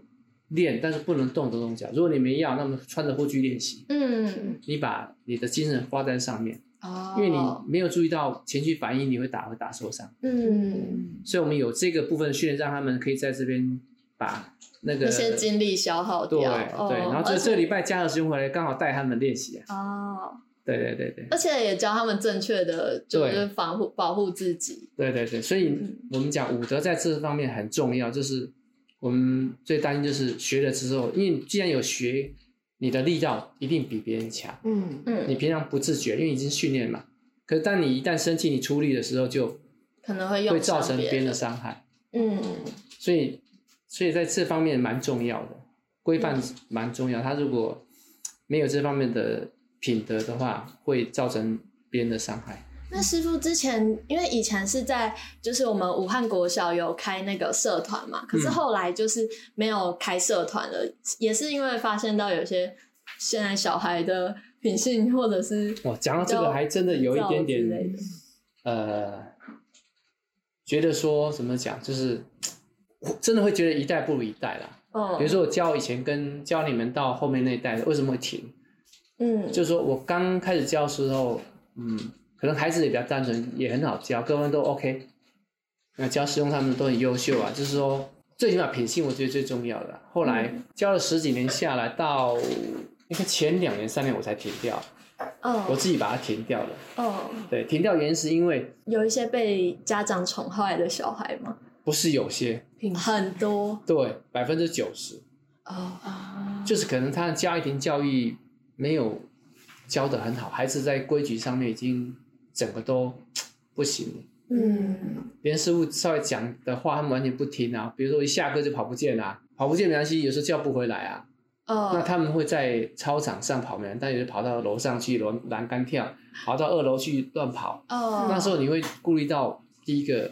C: 练，但是不能动手动脚，如果你们要，那么穿着护具练习。
B: 嗯
C: 你把你的精神花在上面，
B: 哦，
C: 因为你没有注意到情绪反应，你会打会打受伤。
B: 嗯
A: 嗯
C: 所以我们有这个部分的训练，让他们可以在这边把那个
B: 那些精力消耗
C: 对
B: 掉。
C: 对，
B: 哦
C: 然后
B: 而
C: 这
B: 且
C: 这礼拜嘉禾师兄回来，刚好带他们练习啊。
B: 哦，
C: 对对对对
B: 而且也教他们正确的，就
C: 对
B: 是防护保护自己。
C: 对对对，所以
B: 嗯
C: 我们讲武德在这方面很重要，就是我们最担心就是学了之后，因为既然有学，你的力道一定比别人强。
A: 嗯，
C: 你
B: 嗯，
C: 平常不自觉，因为已经训练嘛。可是当你一旦生气，你出力的时候，就
B: 可能会用
C: 会造
B: 上
C: 成别人
B: 人
C: 的伤害。
B: 嗯
C: 所以，所以在这方面蛮重要的，规范
B: 嗯
C: 蛮重要。他如果没有这方面的品德的话，会造成别人的伤害。
B: 那师傅之前，因为以前是在就是我们武汉国小有开那个社团嘛，可是
C: 嗯
B: 后来就是没有开社团了，也是因为发现到有些现在小孩的品性或者是
C: 哇，讲到这
B: 比
C: 个，
B: 较
C: 还真的有一点
B: 浮躁之类
C: 点
B: 的
C: 呃，觉得说怎么讲，就是我真的会觉得一代不如一代啦。
B: 嗯，
C: 比如说我教以前跟教你们到后面那一代的，为什么会停？
B: 嗯，
C: 就是说我刚开始教的时候，嗯，可能孩子也比较单纯，也很好教，各方面都 OK。那教师兄他们都很优秀啊，就是说最起码品性，我觉得最重要的啊。后来教了十几年下来，到应该前两年、三年我才停掉，我
B: 嗯
C: 自己把它停掉了。
B: 嗯，
C: 对，停掉原因是因为
B: 有一些被家长宠坏的小孩嘛，
C: 不是有些，
A: 品
B: 很多
C: 对，百分之九十嗯
B: 哦，
A: 啊，
C: 就是可能他的家庭教育没有教得很好，孩子在规矩上面已经整个都不行了。
B: 嗯
C: 连师傅稍微讲的话，他们完全不听啊。比如说一下课就跑不见啦、跑不见没关系，有时候叫不回来啊。那
B: 哦，
C: 他们会在操场上跑没人，但有时候跑到楼上去栏栏杆跳，跑到二楼去乱跑。
B: 哦，
C: 那时候你会顾虑到第一个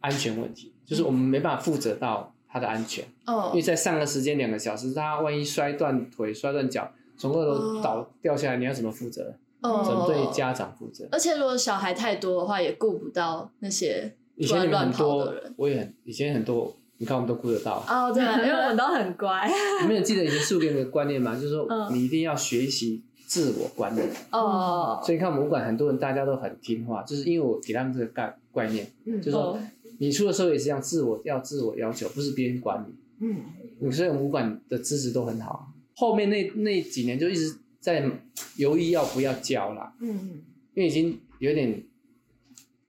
C: 安全问题，就是我们没办法负责到他的安全，因
B: 哦
C: 为在上个时间两个小时，他万一摔断腿、摔断脚，从二楼
B: 哦
C: 倒掉下来，你要怎么负责？
B: 哦，
C: 怎么对家长负责？
B: 而且如果小孩太多的话，也顾不到那些
C: 以
B: 突
C: 前
B: 然
C: 你们
B: 乱
C: 很
B: 跑的
C: 多
B: 人。，
C: 我也很以前很多，你看我们都顾得到。
B: 哦，对啊，因为我们都很乖。
C: 你们有记得以前树给你的观念吗？就是说
B: 嗯
C: 你一定要学习自我观念。
B: 哦，
C: 所以你看我们不管很多人大家都很听话，就是因为我给他们这个概概念，
A: 嗯
C: 就是
B: 哦
C: 说你出的时候也是这样，自我要自我要求，不是别人管你。
A: 嗯，
C: 你所以我们武馆的资质都很好。后面那那几年就一直在犹豫要不要教啦，
A: 嗯，
C: 因为已经有点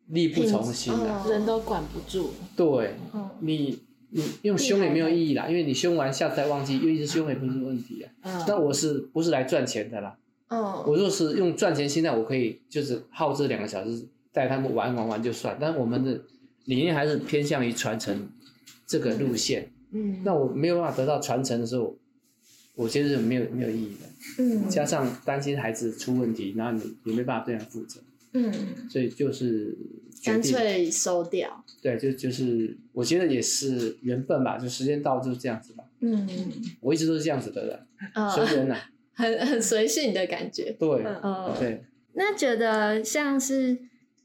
C: 力不从心了。
B: 哦
A: 人都管不住，
C: 对
B: 嗯
C: 你，你用凶也没有意义啦，因为你凶完下次再忘记，又一直凶也不是问题啊。
A: 嗯，
C: 那我是不是来赚钱的啦？
B: 嗯
C: 我若是用赚钱心态，我可以就是耗这两个小时带他们玩玩玩就算。但我们的理念还是偏向于传承这个路线。
A: 嗯，
C: 那我没有办法得到传承的时候，我觉得是没有没有意义的。
B: 嗯
C: 加上担心孩子出问题，然后你也没办法对他负责，
B: 嗯，
C: 所以就是决
B: 干
C: 定
B: 脆收掉。
C: 对，就就是我觉得也是缘分吧，就时间到就是这样子吧。
B: 嗯
C: 我一直都是这样子的人，随
B: 嗯，
C: 缘呐、
B: 很很随性的感觉。
C: 对
A: 嗯
B: 嗯，
C: 对，
B: 那觉得像是。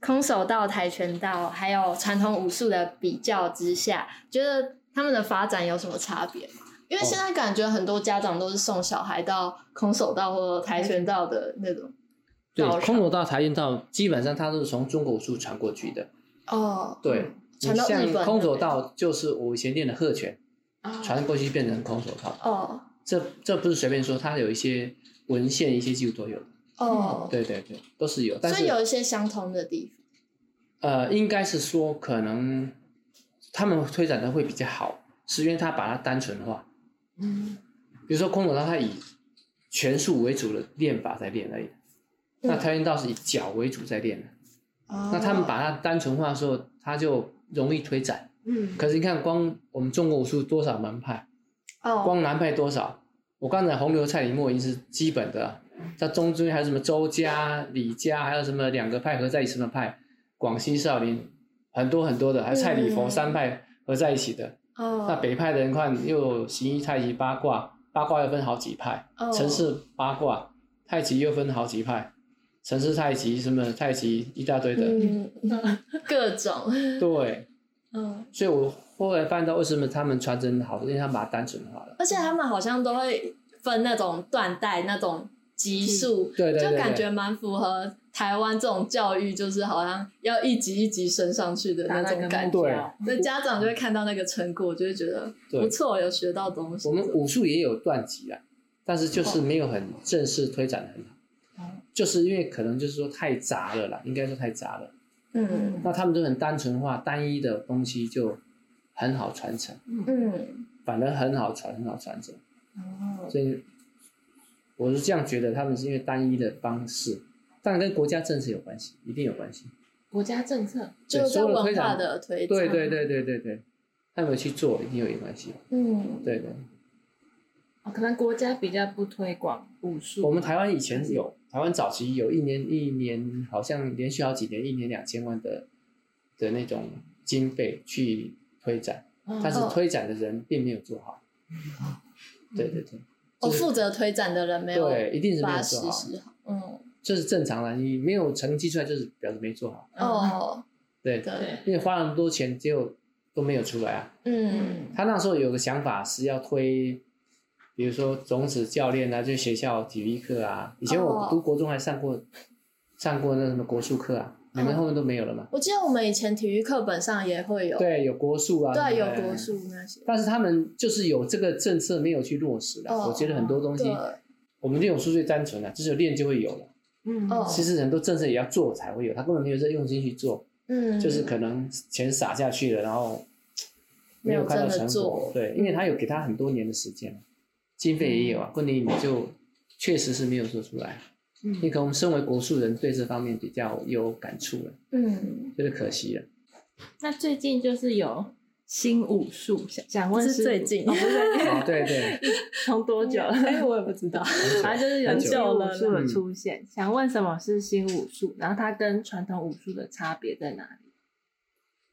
B: 空手道、跆拳道还有传统武术的比较之下，觉得他们的发展有什么差别吗？因为现在感觉很多家长都是送小孩到空手道或跆拳道的那种
C: 对
B: 道，
C: 空
B: 场
C: 手道、跆拳道基本上它都是从中国武术传过去的。
B: 哦，
C: 对，
B: 传到日本
C: 像
B: 那边
C: 空手道就是我以前练的鹤拳，传过去变成空手道。
B: 哦
C: 这这不是随便说，它有一些文献、一些记录都有。
B: 哦，
C: 对对对，都是有。但
B: 所以
C: 是
B: 有一些相同的地方。
C: 呃，应该是说可能他们推展的会比较好，是因为他把它单纯化。
A: 嗯，
C: 比如说空手道，它以拳术为主的练法在练而已。
B: 嗯
C: 那跆拳道是以脚为主在练的，那他
B: 哦
C: 们把它单纯化的时候，它就容易推展。
A: 嗯，
C: 可是你看，光我们中国武术多少门派，
B: 哦
C: 光南派多少？我刚才红牛蔡李莫已经是基本的了，在中间还有什么周家、李家，还有什么两个派合在一起什么派，广西少林，很多很多的，还有蔡李佛
B: 嗯
C: 三派合在一起的。
B: 哦，
C: 那北派的人看又有形意太极、八卦，八卦又分好几派，
B: 哦
C: 陈氏八卦、太极又分好几派，陈氏太极什么太极一大堆的。
B: 嗯， 各种
C: 对，
B: 嗯，
C: 所以我后来发现到为什么他们传承好，因为他们把它单纯化了。
B: 而且他们好像都会分那种断带那种级数，
C: 对对对
B: 就
C: 对
B: 感觉蛮符合台湾这种教育，就是好像要一级一级升上去的
A: 达
B: 那
A: 到一
B: 种
A: 个
B: 感
A: 目
B: 觉。
C: 对
A: 标
B: 所以家长就会看到那个成果，就会觉得
C: 对
B: 不错，有学到东西。
C: 我们武术也有段级啊，但是就是没有很正式推展得很好，
B: 哦
C: 就是因为可能就是说太杂了啦，应该说太杂了。
B: 嗯
C: 那他们都很单纯化，单一的东西就很好传承，
B: 嗯
C: 反而很好传，很好传承。
B: 哦
C: 所以我是这样觉得，他们是因为单一的方式，当然跟国家政策有关系，一定有关系。
A: 国家政策，
B: 就
C: 所
B: 在
C: 有的推
B: 文化
C: 展
B: 的推
C: 对
B: 展，
C: 对对对对对，他们有去做，一定有有关系。
B: 嗯
C: 对对，
A: 哦可能国家比较不推广武术。
C: 我们台湾以前有，台湾早期有一年一年，好像连续好几年，一年两千万的的那种经费去推展，
A: 嗯，
C: 但是
B: 哦
C: 推展的人并没有做 好。对对对，
B: 我
C: 就是
B: 负责推展的人没有
C: 对，一定是没
B: 把
C: 有
B: 实
C: 做好，
B: 施好，嗯
C: 这是正常的。你没有成绩出来，就是表示没做好。
A: 哦，
B: 哦
C: 对，
B: 对，
A: 对，
C: 因为花了那么多钱，结果都没有出来啊。
B: 嗯
A: 嗯，
C: 他那时候有个想法是要推，比如说种子教练啊，就学校体育课啊。以前
B: 哦
C: 我读国中还上过，上过那什么国术课啊，你们
B: 嗯
C: 后面都没有了嘛？
B: 我记得我们以前体育课本上也会有，
C: 对，有国术啊，
B: 对
C: 不
B: 有国。术那些，
C: 但是他们就是有这个政策没有去落实了。
B: 哦
C: 我觉得很多东西，
B: 对，
C: 我们这种书最单纯了，就是有练就会有了。
A: 嗯
B: 哦
C: 其实很多政策也要做才会有，他根本没有在用心去做，
B: 嗯，
C: 就是可能钱撒下去了，然后
B: 没
C: 没
B: 有
C: 有看到
B: 真的
C: 成
B: 做
C: 果。对，因为他有给他很多年的时间，经费
B: 嗯
C: 也有啊，问题你就确实是没有做出来。
A: 嗯
C: 你可能我们身为国术人，对这方面比较有感触了，
B: 嗯，
C: 觉得可惜了。
A: 那最近就是有新武术，想想问
B: 不是
A: 师傅
B: 最近
A: 哦不是最 近
C: 哦，对对，
A: 从多久了？
B: 哎，我也不知道，
A: 反正就是有
C: 很
A: 新
B: 久
A: 武
B: 了
A: 术的出现。想问什么是新武术？然后它跟传统武术的差别在哪里？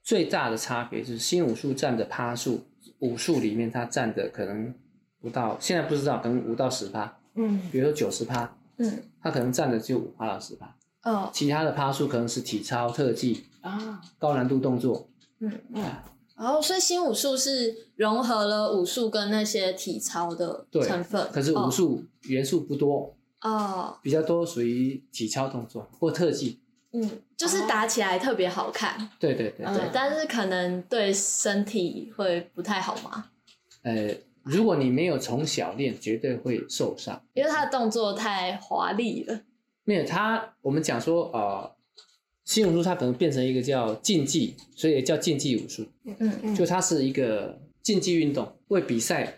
C: 最大的差别就是新武术占的趴数，武术里面它占的可能不到，现在不知道，可能五到十趴，
A: 嗯
C: 比如说九十趴，
B: 嗯
C: 它可能占的就五趴到十趴。
B: 哦
C: 其他的趴数可能是体操、特技、
A: 啊，
C: 高难度动作，
B: 嗯。
C: 啊，
B: 然后，所以新武术是融合了武术跟那些体操的
C: 对
B: 成分，
C: 可是武术元素不多，
B: 哦哦，
C: 比较多属于体操动作或特技。
B: 嗯，就是打起来特别好看，
C: 对对对
B: 嗯对
C: 嗯对，，
B: 但是可能对身体会不太好嘛，
C: 呃，如果你没有从小练，绝对会受伤。
B: 因为他的动作太华丽了，
C: 没有它，我们讲说呃，新武术它可能变成一个叫竞技，所以也叫竞技武术，
B: 嗯
C: 就它是一个竞技运动，为比赛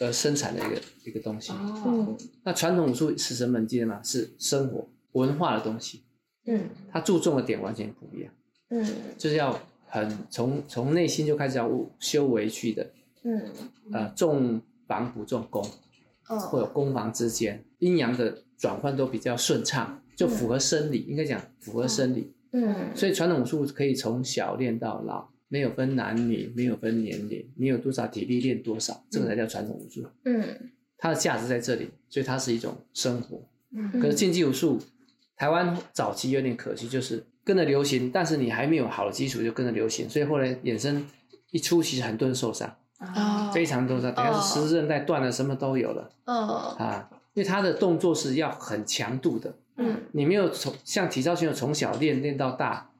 C: 而生产的一个一个东西。
A: 哦，
B: 嗯
C: 那传统武术是什么？你记得吗？是生活文化的东西。
B: 嗯
C: 他注重的点完全不一样，
B: 嗯
C: 就是要很从从内心就开始要修为去的，
B: 嗯，
C: 呃，重防不重攻，或
B: 哦，
C: 者攻防之间阴阳的转换都比较顺畅，就符合生理，应该讲符合生理。
B: 嗯
C: 所以传统武术可以从小练到老，没有分男女，没有分年龄，你有多少体力练多少，这个才叫传统武术。
B: 嗯
C: 它的价值在这里，所以它是一种生活。
A: 嗯
C: 可是竞技武术，台湾早期有点可惜，就是跟着流行，但是你还没有好的基础就跟着流行，所以后来衍生一出，其实很多人受伤，
A: 啊
B: 哦，
C: 非常多受伤，等下
B: 哦
C: 是十字韧带断了，什么都有了
B: 哦
C: 啊。因为他的动作是要很强度的，
B: 嗯
C: 你没有从像体操选手从小练练到大，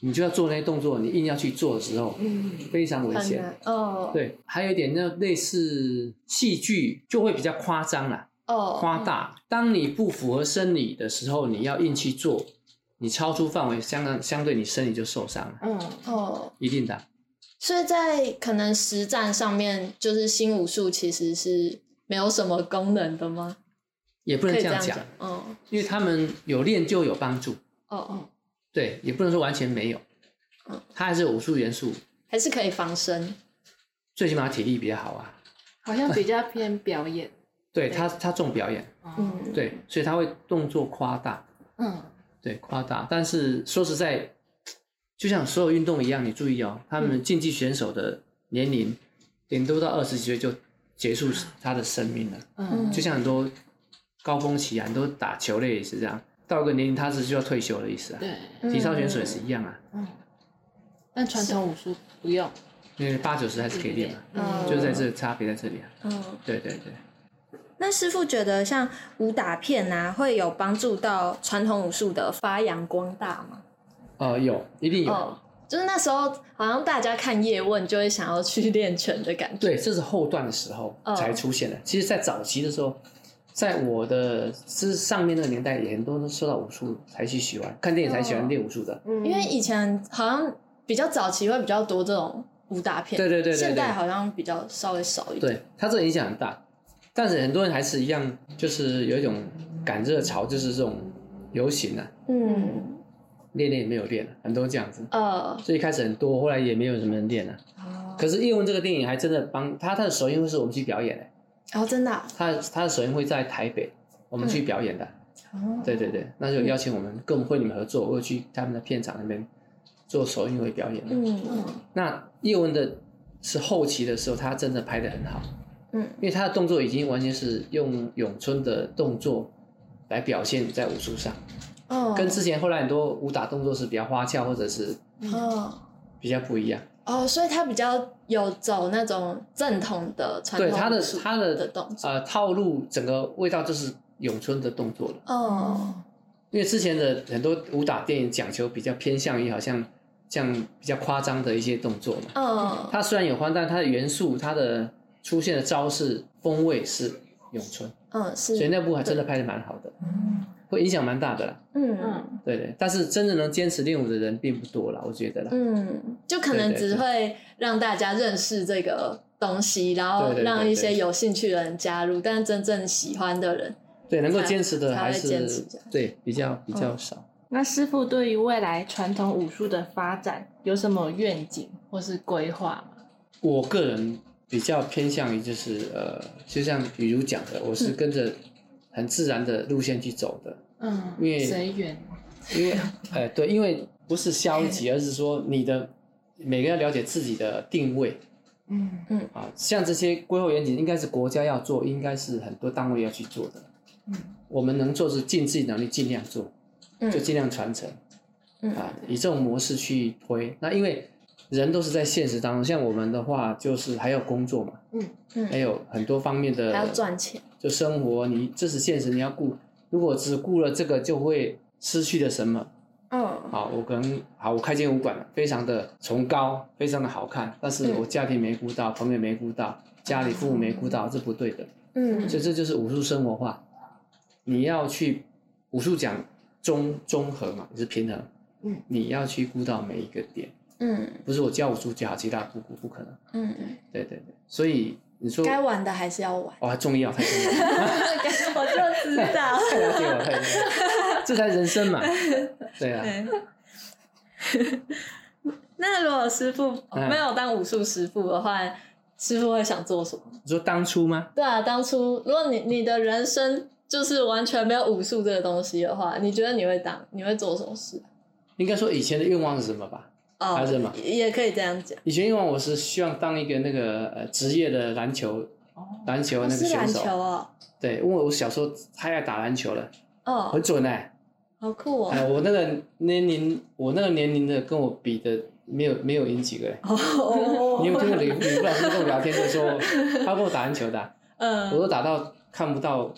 C: 你就要做那些动作，你硬要去做的时候，
A: 嗯
C: 非常危
B: 很
C: 险。
B: 难哦，
C: 对，还有一点那类似戏剧就会比较夸张啦，
B: 哦
C: 夸大。当你不符合生理的时候，你要硬去做，你超出范围，相当相对你身体就受伤了，
A: 嗯
B: 哦。
C: 一定的。
B: 所以在可能实战上面，就是新武术其实是没有什么功能的吗？
C: 也不
B: 可
C: 能
B: 以
C: 这
B: 这
C: 样
B: 样
C: 讲，
B: 讲，哦
C: 因为他们有练就有帮助，
B: 哦哦，
C: 对，也不能说完全没有
B: 嗯，
C: 它还是有武术元素，
B: 还是可以防身。
C: 最起码体力比较好啊。
A: 好像比较偏表演。
C: 对他，他重表演，
A: 嗯
B: 嗯，，
C: 对，所以他会动作夸大，
A: 嗯
C: 对，夸大。但是说实在，就像所有运动一样，你注意
B: 嗯
C: 哦，他们竞技选手的年龄顶多到二十几岁就结束他的生命了。
A: 嗯
C: 就像很多高峰期啊，很多打球类也是这样，到一个年龄他是就要退休的意思啊。
A: 对，
C: 体操选手也是一样啊，
A: 嗯，但传统武术不用，
C: 因为八九十还是可以练嘛，
B: 嗯
C: 就是在这差别在这里啊。
B: 嗯，
C: 对对对，
B: 那师傅觉得像武打片啊，会有帮助到传统武术的发扬光大吗？
C: 呃，有一定有，
B: 哦，就是那时候好像大家看叶问就会想要去练拳的感觉。
C: 对，这是后段的时候
A: 哦
B: 嗯
C: 才出现的。其实，在早期的时候，在我的这上面那个年代，也很多人都受到武术才去喜欢，看电影才喜欢练武术的。
A: 嗯
B: 因为以前好像比较早期会比较多这种武打片，
C: 对对对对对
B: 现在好像比较稍微少一点。
C: 对，它这个影响很大，但是很多人还是一样，就是有一种赶热潮，就是这种流行啊，
B: 嗯，
C: 练练也没有练、啊，很多这样子。
B: 呃，
C: 所以一开始很多，后来也没有什么人练了、
B: 哦，
C: 可是叶问这个电影还真的帮他，他的首映会是我们去表演的、
B: 哦，真的啊、
C: 他他的首映会在台北，我们去表演的。
B: 哦
C: 对对对，那就邀请我们跟我们会里面合作，我会去他们的片场那边做首映会表演。
B: 嗯
C: 那叶问的是后期的时候，他真的拍的很好，
B: 嗯
C: 因为他的动作已经完全是用咏春的动作来表现在武术上，
B: 哦，
C: 跟之前后来很多武打动作是比较花俏或者是
B: 哦
C: 比较不一样。
B: 哦，所以他比较有走那种正统的传统
C: 对他的
B: 武术
C: 他
B: 的
C: 的
B: 动作。
C: 呃套路，整个味道就是咏春的动作了。
B: 哦，
C: 因为之前的很多武打电影讲求比较偏向于好像像比较夸张的一些动作嘛，
B: 嗯，
C: 它虽然有欢，但它的元素、它的出现的招式、风味是咏春，
B: 嗯是，
C: 所以那部还真的拍的蛮好的，会影响蛮大的啦。
B: 嗯
A: 嗯，
C: 对对，但是真的能坚持练武的人并不多啦，我觉得啦。
B: 嗯，就可能
C: 对对
B: 只会让大家认识这个东西，然后
C: 对对对
B: 让一些
C: 对
B: 有兴趣的人加入，但真正喜欢的人，
C: 对，能够坚持的
B: 才
C: 还
B: 会坚持嗯
C: 是
B: 下去
C: 对比较比较少。
A: 那师傅对于未来传统武术的发展有什么愿景或是规划吗？
C: 我个人比较偏向于就是呃，就像雨如讲的，我是跟着很自然的路线去走的。
A: 嗯
C: 因为
A: 随缘。
C: 因为，呃，对，因为不是消极，而是说你的每个人要了解自己的定位
A: 嗯
C: 啊。像这些规划远景，应该是国家要做，应该是很多单位要去做的。
A: 嗯，
C: 我们能做是尽自己能力尽量做，
B: 嗯
C: 就尽量传承
B: 嗯
C: 啊，以这种模式去推。那因为人都是在现实当中，像我们的话，就是还要工作嘛，
A: 嗯
B: 嗯
C: 还有很多方面的
B: 还要赚钱，嗯
C: 就生活，你这是现实，你要顾。如果只顾了这个，就会失去了什么？
B: 嗯
C: 好，我可能好，我开间武馆了，非常的崇高，非常的好看，
B: 嗯
C: 但是我家庭没顾到，朋友没顾到，家里父母没顾到，这不对的。
B: 嗯
C: 所以这就是武术生活化，你要去武术讲中综合嘛，就是平衡，
A: 嗯，
C: 你要去顾到每一个点，
B: 嗯
C: 不是我教武术就好，其他不顾不可能。
B: 嗯，
C: 对对对，所以你说，
B: 该玩的还是要玩
C: 哇，重要太重要了，
B: 我就知道，
C: 太了解我了，太了解我了，这才 人生嘛， 对啊。
B: 对。 那如果师傅
C: 嗯
B: 没有当武术师傅的话，师傅会想做什么？
C: 你说当初吗？
B: 对啊，当初如果你你的人生就是完全没有武术这个东西的话，你觉得你会当你会做什么事？
C: 应该说以前的愿望是什么吧？
B: 哦，
C: 还是什么
B: 也可以这样讲。
C: 以前因为我是希望当一个那个呃职业的篮球
A: 哦，
C: 篮球那
B: 哦
C: 个
B: 是
C: 选
B: 篮
C: 手，
B: 球哦，
C: 对，因为我小时候太爱打篮球了，
B: 哦，
C: 很准哎、
B: 好酷
C: 哎、
B: 哦！
C: 我那个年龄，我那个年龄的跟我比的没有没有赢几个、欸。
B: 哦
C: 你有没有听过吕吕布老师跟我聊天就说，他跟我打篮球的啊，我
B: 嗯，
C: 都打到看不到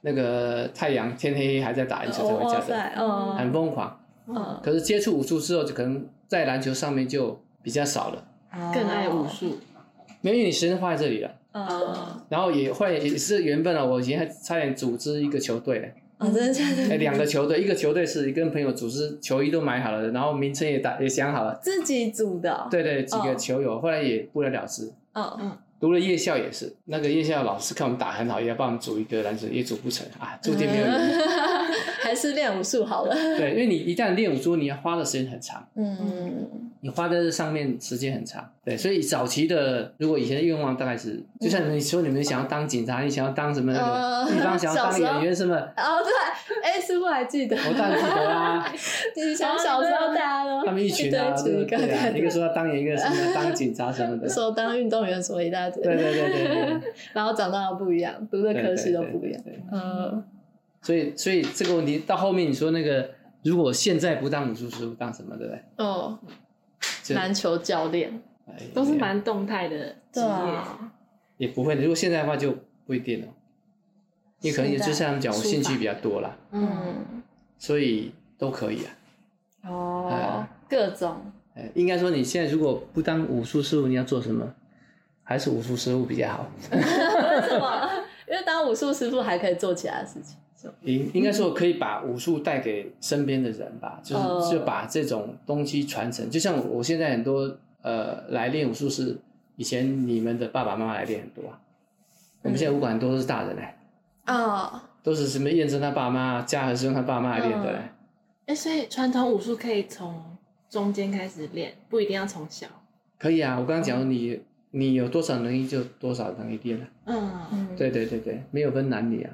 C: 那个太阳，天黑黑还在打篮球才回
B: 哦哇
C: 家的，
B: 塞，嗯
C: 很疯狂。
B: 嗯，
C: 可是接触武术之后，就可能在篮球上面就比较少了，
A: 更爱武术。
C: 没有因为你时间花在这里了。
B: 哦。
C: 然后也后来也是缘分了，我以前还差点组织一个球队嘞，
B: 嗯，哦，真的假
C: 哎，
B: 的？
C: 两个球队，一个球队是跟朋友组织，球衣都买好了，然后名称也打也想好了，
B: 自己组的哦。
C: 对对，几
B: 哦
C: 个球友，后来也不了了之。
B: 哦，
C: 读了夜校也是，那个夜校老师看我们打很好，也要帮我们组一个篮球，也组不成啊，注定没有赢。
B: 还是练武术好了。
C: 对，因为你一旦练武术，你要花的时间很长，
B: 嗯
C: 你花在这上面时间很长。对，所以早期的如果以前的愿望大概是，就像你说你们想要当警察，你想要当什么那个
B: 嗯
C: 地方，想要
B: 小
C: 当
B: 时候
C: 演员什么，
B: 哦，对，哎，师傅还记得，
C: 我当 然记得啦、
B: 你想小时候大家都
C: 他们一群啊，
B: 对
C: 对
B: 一
C: 不
B: 个
C: 对啊？一
B: 一
C: 个
B: 个
C: 说要当演员，一个说要当警察什么的。
B: 说当运动员什么一大堆，
C: 对对对对对
B: 然后长大又不一样，读的
C: 对，
B: 科系都
C: 对
B: 不一样。。
C: 对对
B: 嗯，
C: 所以所以这个问题到后面你说那个，如果现在不当武术师，当什么对不对？
B: 哦，
C: 就
B: 篮球教练，
C: 哎
A: 都是蛮动态的职业。，
B: 啊
C: 也不会的。如果现在的话就不一定了。因为可能也
B: 现
C: 就
B: 代
C: 像他们讲，我
B: 书
C: 兴趣
B: 法
C: 比较多啦，
A: 嗯，
B: 嗯，
C: 所以都可以啊。
B: 哦
C: 哎，
B: 各种
C: 呃，应该说你现在如果不当武术师傅，你要做什么？还是武术师傅比较好。
B: 为什么？ 因为当武术师傅还可以做其他事情，是吗
C: 应应该说可以把武术带给身边的人吧，就是、
B: 嗯哦
C: 就把这种东西传承。就像我我现在很多呃来练武术是以前你们的爸爸妈妈来练很多
B: 嗯
C: 啊，我们现在武馆很多都是大人哎、
B: 哦，
C: 都是什么燕生他爸妈、嘉禾是用他爸妈来练的嘞、
A: 哎，所以传统武术可以从中间开始练，不一定要从小。
C: 可以啊，我刚刚讲
B: 哦
C: 说你你有多少能力就多少能力练啊。
A: 嗯，
B: 嗯，
C: 对对对对，没有分男女啊。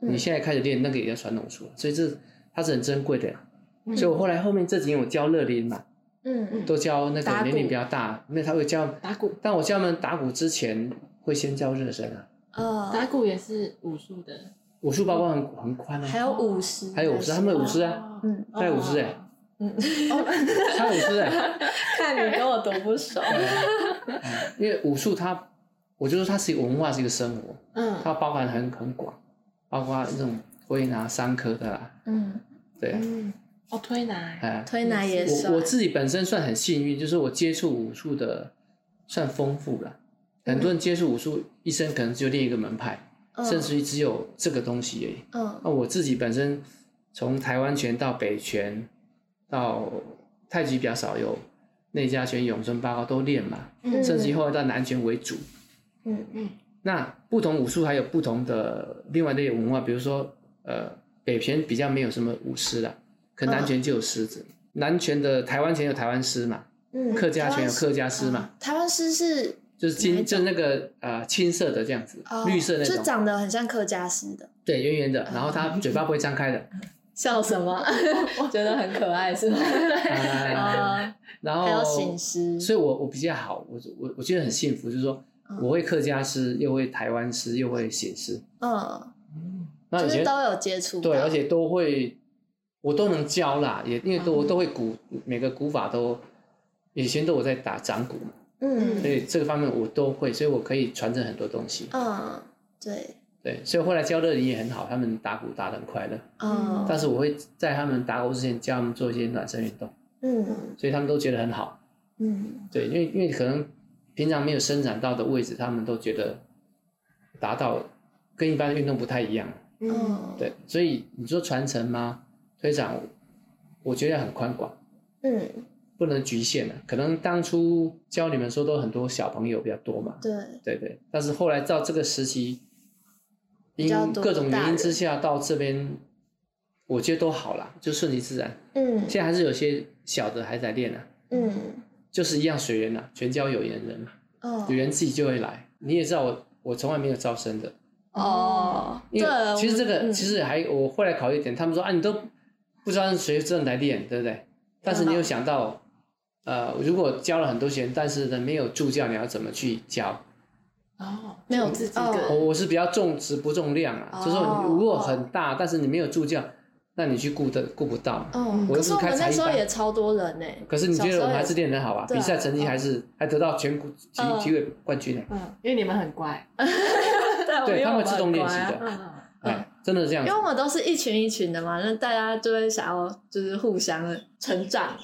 B: 嗯
C: 你现在开始练那个也叫传统术，啊所以这它是很珍贵的啊、
A: 嗯
C: 所以我后来后面这几年我教乐龄嘛，
B: 嗯嗯
C: 都教那
B: 打
C: 个
B: 鼓
C: 年龄比较大，那他会教。
A: 打鼓，
C: 但我教他们打鼓之前，会先教热身啊。
A: 打
B: 呃，
A: 鼓也是武术的，
C: 武术包包很很宽
B: 还
C: 啊，
B: 有舞狮，
C: 还有舞狮，他们舞狮啊，
A: 哦，
B: 嗯
C: 带舞狮哎、
A: 哦
B: 嗯，
C: 他舞狮 哎、
B: 看你跟我多不熟，
C: 嗯因为武术它，我就说它是一个文化，是一个生活，
A: 嗯，
C: 它包含很很广，包括那种推拿、伤科的啦，
B: 嗯，
C: 对，啊
A: 嗯，哦，推拿，
C: 哎、
B: 推拿也算，
C: 我我自己本身算很幸运，就是我接触武术的算丰富了。很多人接触武术，一生可能只有练一个门派，
B: 嗯
C: 甚至于只有这个东西而已。
B: 嗯
C: 那我自己本身从台湾拳到北拳，到太极比较少有，内家拳、咏春、八卦都练嘛，
B: 嗯
C: 甚至于后来到南拳为主。
B: 嗯
C: 那不同武术还有不同的另外的文化，比如说呃北拳比较没有什么舞狮啦，可
B: 哦
C: 南拳就有狮子。南拳的台湾拳有台湾狮嘛，
B: 嗯，
C: 客家拳有客家狮嘛，
B: 嘛，嗯台湾狮是
C: 就是
B: 哪一
C: 金
B: 种
C: 就是那个呃青色的这样子，
B: 哦
C: 绿色那
B: 就
C: 种，
B: 长得哦很像客家狮的，
C: 对，圆圆的，然后它嘴巴不会张 开的。
B: 笑什 么？
A: 嗯
B: 觉得很可爱是吗？
C: 哎
B: 啊，
C: 然后
B: 还有醒狮，
C: 哦所以我我比较好，我我我觉得很幸福，就是说
B: 嗯
C: 我会客家诗，又会台湾诗，又会写诗。
B: 嗯，
C: 那
B: 就
C: 以
B: 是
C: 前
B: 都有接触到，
C: 对，而且都会，我都能教啦，也因为
B: 嗯
C: 都、我都会鼓，每个鼓法都以前都我在打掌鼓嘛，
B: 嗯
C: 所以这个方面我都会，所以我可以传承很多东西。
B: 嗯，对，
C: 对，所以后来教乐理也很好，他们打鼓打得很快乐，
B: 嗯
C: 但是我会在他们打鼓之前教他们做一些暖身运动，
B: 嗯
C: 所以他们都觉得很好。
B: 嗯
C: 对，因为因为可能平常没有生长到的位置，他们都觉得达到跟一般的运动不太一样。
A: 嗯，
B: 嗯，
C: 对，所以你说传承吗？推展，我觉得很宽广，
B: 嗯
C: 不能局限的、可能当初教你们说都很多小朋友比较多嘛，
B: 对，
C: 对对。但是后来到这个时期，
B: 比
C: 因
B: 较多
C: 各种
B: 大
C: 原因之
B: 人
C: 下到这边，我觉得都好啦，就顺其自然。
B: 嗯
C: 现在还是有些小的还在练呢、啊
B: 嗯
C: 就是一样随缘啦，全教有缘人嘛。
B: 哦
C: 有人自己就会来。你也知道我，我从来没有招生的，
B: 哦，
C: 因为
B: 对
C: 其实这个、
B: 嗯
C: 其实还我后来考虑一点，他们说啊，你都不知道谁真的来练，对不对？但是你
B: 哦
C: 有想到，呃，如果教了很多学生，但是呢没有助教，你要怎么去教？
A: 哦，
B: 没有
A: 自己
B: 哦
A: 一个
C: 我
A: 人，
C: 我是比较重质不重量啊，
B: 哦
C: 就是说你如果很大，但是你没有助教，那你去顾的顾不到。
B: 嗯，
C: 我
B: 可
C: 又不
B: 是
C: 是
B: 我
C: 开
B: 们
C: 茶
B: 那
C: 艺
B: 时候
C: 班
B: 也超多人欸呢。
C: 可是你觉
B: 小时
C: 得
B: 候
C: 我们还
B: 也
C: 是练得很好吧？
B: 对啊
C: 比赛成绩还是、还得到全国体
B: 嗯
C: 体委冠军呢、啊
A: 嗯，因为你们很乖，
B: 因
C: 对
B: 为
C: 他
B: 我
C: 们自动
B: 很
C: 练
B: 乖
C: 习
B: 啊
C: 的，
A: 嗯，
C: 哎，真的是这样
B: 因
C: 子
B: 为。我们都是一群一群的嘛，那大家就会想要就是互相的成长，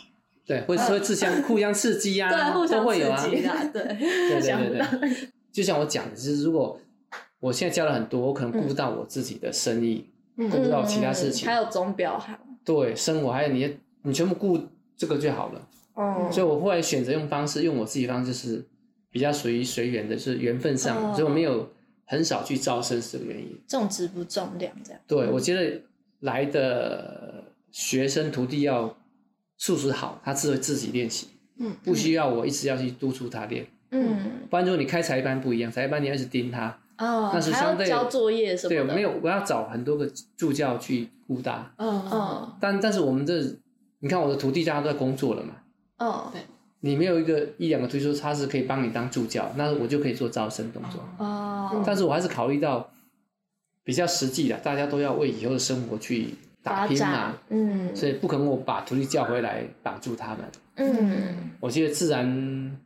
C: 对，会会自相互相刺激啊，
B: 嗯 对，互
C: 都
B: 相
C: 会有啊，
B: 刺激啦， 对，
C: 对
B: 想不
C: 对对对。就像我讲的，就是如果我现在教了很多，我可能
B: 嗯
C: 顾不到我自己的生意，
A: 嗯
C: 顾不到其他事情
B: 还，有钟表行，
C: 对生活还有你，你全部顾这个就好了。
B: 嗯
C: 所以我后来选择用方式，用我自己方式是比较属于随缘的，就是缘分上的，
B: 哦
C: 所以我没有很少去招生是这个原因。
B: 重质不重量这样，
C: 对，我觉得来的学生徒弟要素质好，他自会自己练习，
A: 嗯，
C: 不需要我一直要去督促他练。
B: 嗯，
C: 不然如果你开才艺班不一样，才艺班你要一直盯他，
B: 哦，
C: 那是
B: 还要
C: 相对
B: 交作业什么
C: 对，
B: 的，
C: 没，有我要找很多个助教去顾他。
A: 嗯嗯，
B: 嗯
C: 但但是我们这，你看我的徒弟大家都在工作了嘛，
B: 哦
C: 你没有一个一两个推说他是可以帮你当助教，那我就可以做招生动作。
B: 哦，
C: 嗯但是我还是考虑到比较实际的，大家都要为以后的生活去打拼
B: 发
C: 嘛
B: 展，，嗯
C: 所以不可能我把
A: 嗯
C: 徒弟叫回来绑住他们。
B: 嗯
C: 我觉得自然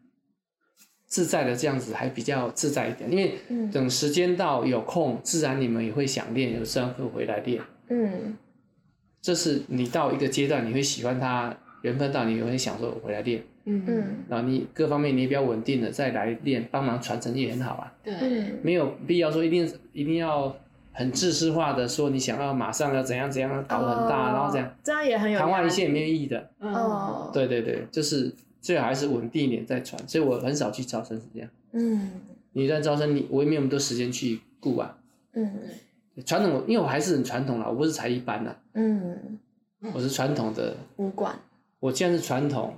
C: 自在的这样子还比较自在一点，因为
B: 嗯
C: 等时间到有空，自然你们也会想练，有自然会回来练。
B: 嗯
C: 这是你到一个阶段，你会喜欢它，缘分到你也会想说我回来练，
A: 嗯，
B: 嗯
C: 然后你各方面你也比较稳定了再来练，帮忙传承也很好啊，
A: 对，
B: 嗯
C: 没有必要说一定一定要很制式化的说你想要马上要怎样怎样搞得很大，
B: 哦
C: 然后这样
B: 这样也很有
C: 昙花
B: 压
C: 一
B: 力
C: 现也没有意义
A: 嗯
C: 的。
B: 哦，
C: 对对对，就是最好还是稳定一点再传，所以我很少去招生是这样。
B: 嗯
C: 你在招生，你我也没有那么多时间去顾啊。
B: 嗯
C: 传统，因为我还是很传统啦，我不是才艺班啊啦，
B: 嗯，
C: 我是传统的。
B: 武馆
C: 我既然是传统，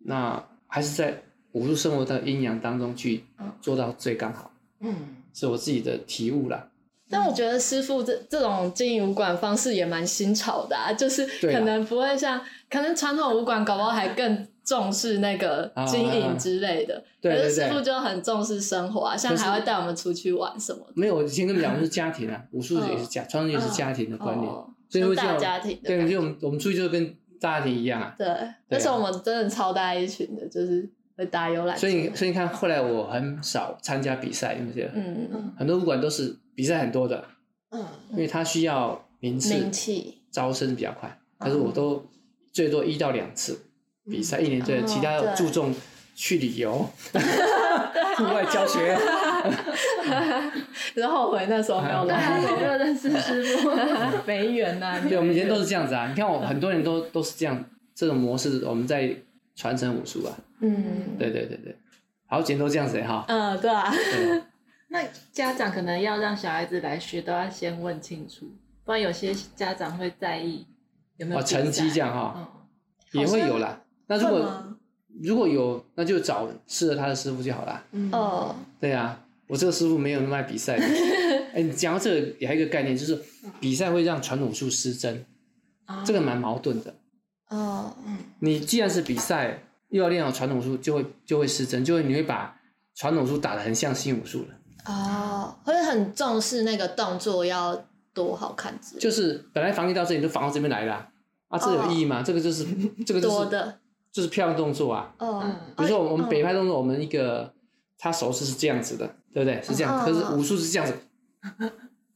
C: 那还是在武术生活的阴阳当中去
B: 嗯
C: 做到最刚好，
A: 嗯，
C: 是我自己的体悟啦。
B: 但我觉得师傅这这种经营武馆方式也蛮新潮的、啊，就是
C: 对啊
B: 可能不会像，可能传统武馆搞不好还更重视那个
C: 啊
B: 经营之类的，
C: 对
B: 可
C: 对
B: 是师傅
C: 对，
B: 就很重视生活啊，像
C: 就是
B: 还会带我们出去玩什么的。
C: 没有，我先跟你讲，我们是家庭啊，武术也是家，传统也是
B: 嗯
C: 家庭的观念，
B: 哦，
C: 所以
B: 像
C: 会这
B: 大
C: 样
B: 家庭的
C: 对，
B: 感
C: 就
B: 觉
C: 我们我们出去就跟大家庭一样啊。
B: 对，那时候我们真的超大一群的，就是会打游览车，
C: 所以所以你看，后来我很少参加比赛，你不觉得？
B: 嗯，
C: 很多武馆都是比赛很多的，
A: 嗯，
C: 因为它需要名次
B: 名气
C: 招生比较快，
B: 嗯
C: 可是我都最多一到两次比赛，一年对，
B: 哦
C: 其他的
B: 对
C: 注重去旅 游、户外教学，
B: 然后后悔那时候没有
A: 对啊，
B: 来。
A: 我没有认识师傅， 没缘呐。
C: 对，我们以前都是这样子啊。你看我很多人都都是这样这种模式，我们在传承武术啊，
B: 嗯，
C: 对对对对，好几年都这样子欸哈。
B: 嗯，对啊，
C: 对
A: 那家长可能要让小孩子来学，都要先问清楚，不然有些家长会在意有没有
C: 哦，
A: 比赛
C: 成绩这样哈，
A: 嗯
C: 也会有啦。那 如
B: 会
C: 果
B: 吗
C: 如果有，那就找适合他的师傅就好啦。
A: 嗯
B: 哦，
C: 对啊，我这个师傅没有那么爱比赛 的。哎、你讲到这个，也还有一个概念，就是
B: 嗯
C: 比赛会让传统武术失真，
A: 啊
C: 这个蛮矛盾的。
B: 哦，
A: 嗯
C: 你既然是比赛，又要练好传统武术，就会就会失真，就会你会把传统武术打得很像新武术了。
B: 哦，会很重视那个动作要多好看之类
C: 就是本来防御到这里，就防到这边来啦。啊，这有意义吗？这 个就是这个就
B: 哦多
C: 是
B: 的，
C: 就是漂亮动作啊。
B: 哦
A: 嗯，
C: 比如说我们我们
B: 嗯
C: 北派动作，我们一个他手势是这样子的，对不对？是这样，
B: 嗯
C: 可
B: 嗯
C: 是武术是这样 子，
B: 嗯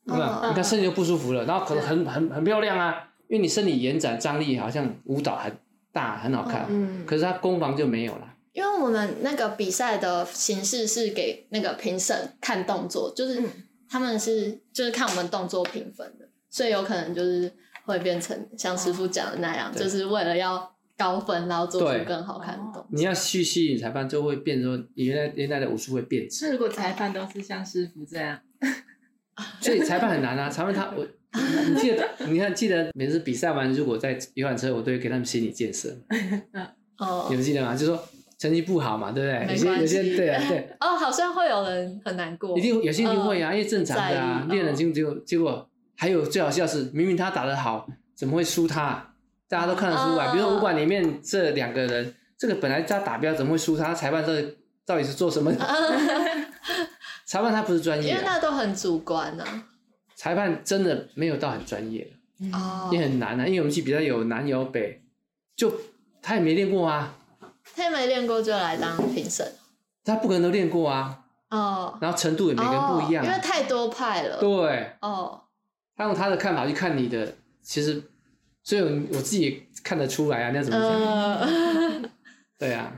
C: 有没有？
B: 嗯
C: 你看身体就不舒服了，然后可能很很很漂亮啊，因为你身体延展张力好像舞蹈很大很好看，
A: 嗯
C: 可是他攻防就没有了。
B: 因为我们那个比赛的形式是给那个评审看动作，就是
A: 嗯
B: 他们是就是看我们动作评分的，所以有可能就是会变成像师傅讲的那样，
C: 对
B: 就是为了要高分，然后做出
C: 对
B: 更好看的动作。
C: 你要去吸引裁判，就会变成说你原来原来的武术会变质，
A: 那如果裁判都是像师傅这样，
C: 所以裁判很难啊。裁判他我。你记得，你看，记得每次比赛完，如果在游览车，我都会给他们心理建设，
B: 哦
C: 你们记得吗？就说成绩不好嘛，对不对？有
B: 没
C: 些有
B: 关系
C: 些对 啊对，
B: 哦，好像会有人很难过
C: 一。定有些一定会啊，因为正常的啊，
B: 嗯在意嗯
C: 练了经结果结果还有最好笑是，明明他打得好，怎么会输他啊？大家都看得出来，
B: 啊
C: 比如说武馆里面这两个人，这个本来他打标怎么会输他？裁判这到底是做什么？的？ 裁判他不是专 业
B: 因为
C: 啊，
B: 那都很主观啊呐、
C: 裁判真的没有到很专业，
B: 啊。
C: 也
B: 哦，
C: 很难啊，因为我们去比赛有南有北，就他也没练过啊，
B: 他也没练过就来当评审
C: 他不可能都练过啊，
B: 哦。
C: 然后程度也每个人不一样
B: 哦，因为
C: 啊，
B: 太多派了。
C: 对。
B: 哦，
C: 他用他的看法去看你的，其实，所以我我自己也看得出来啊，你要怎么讲？
B: 呃，
C: 对啊，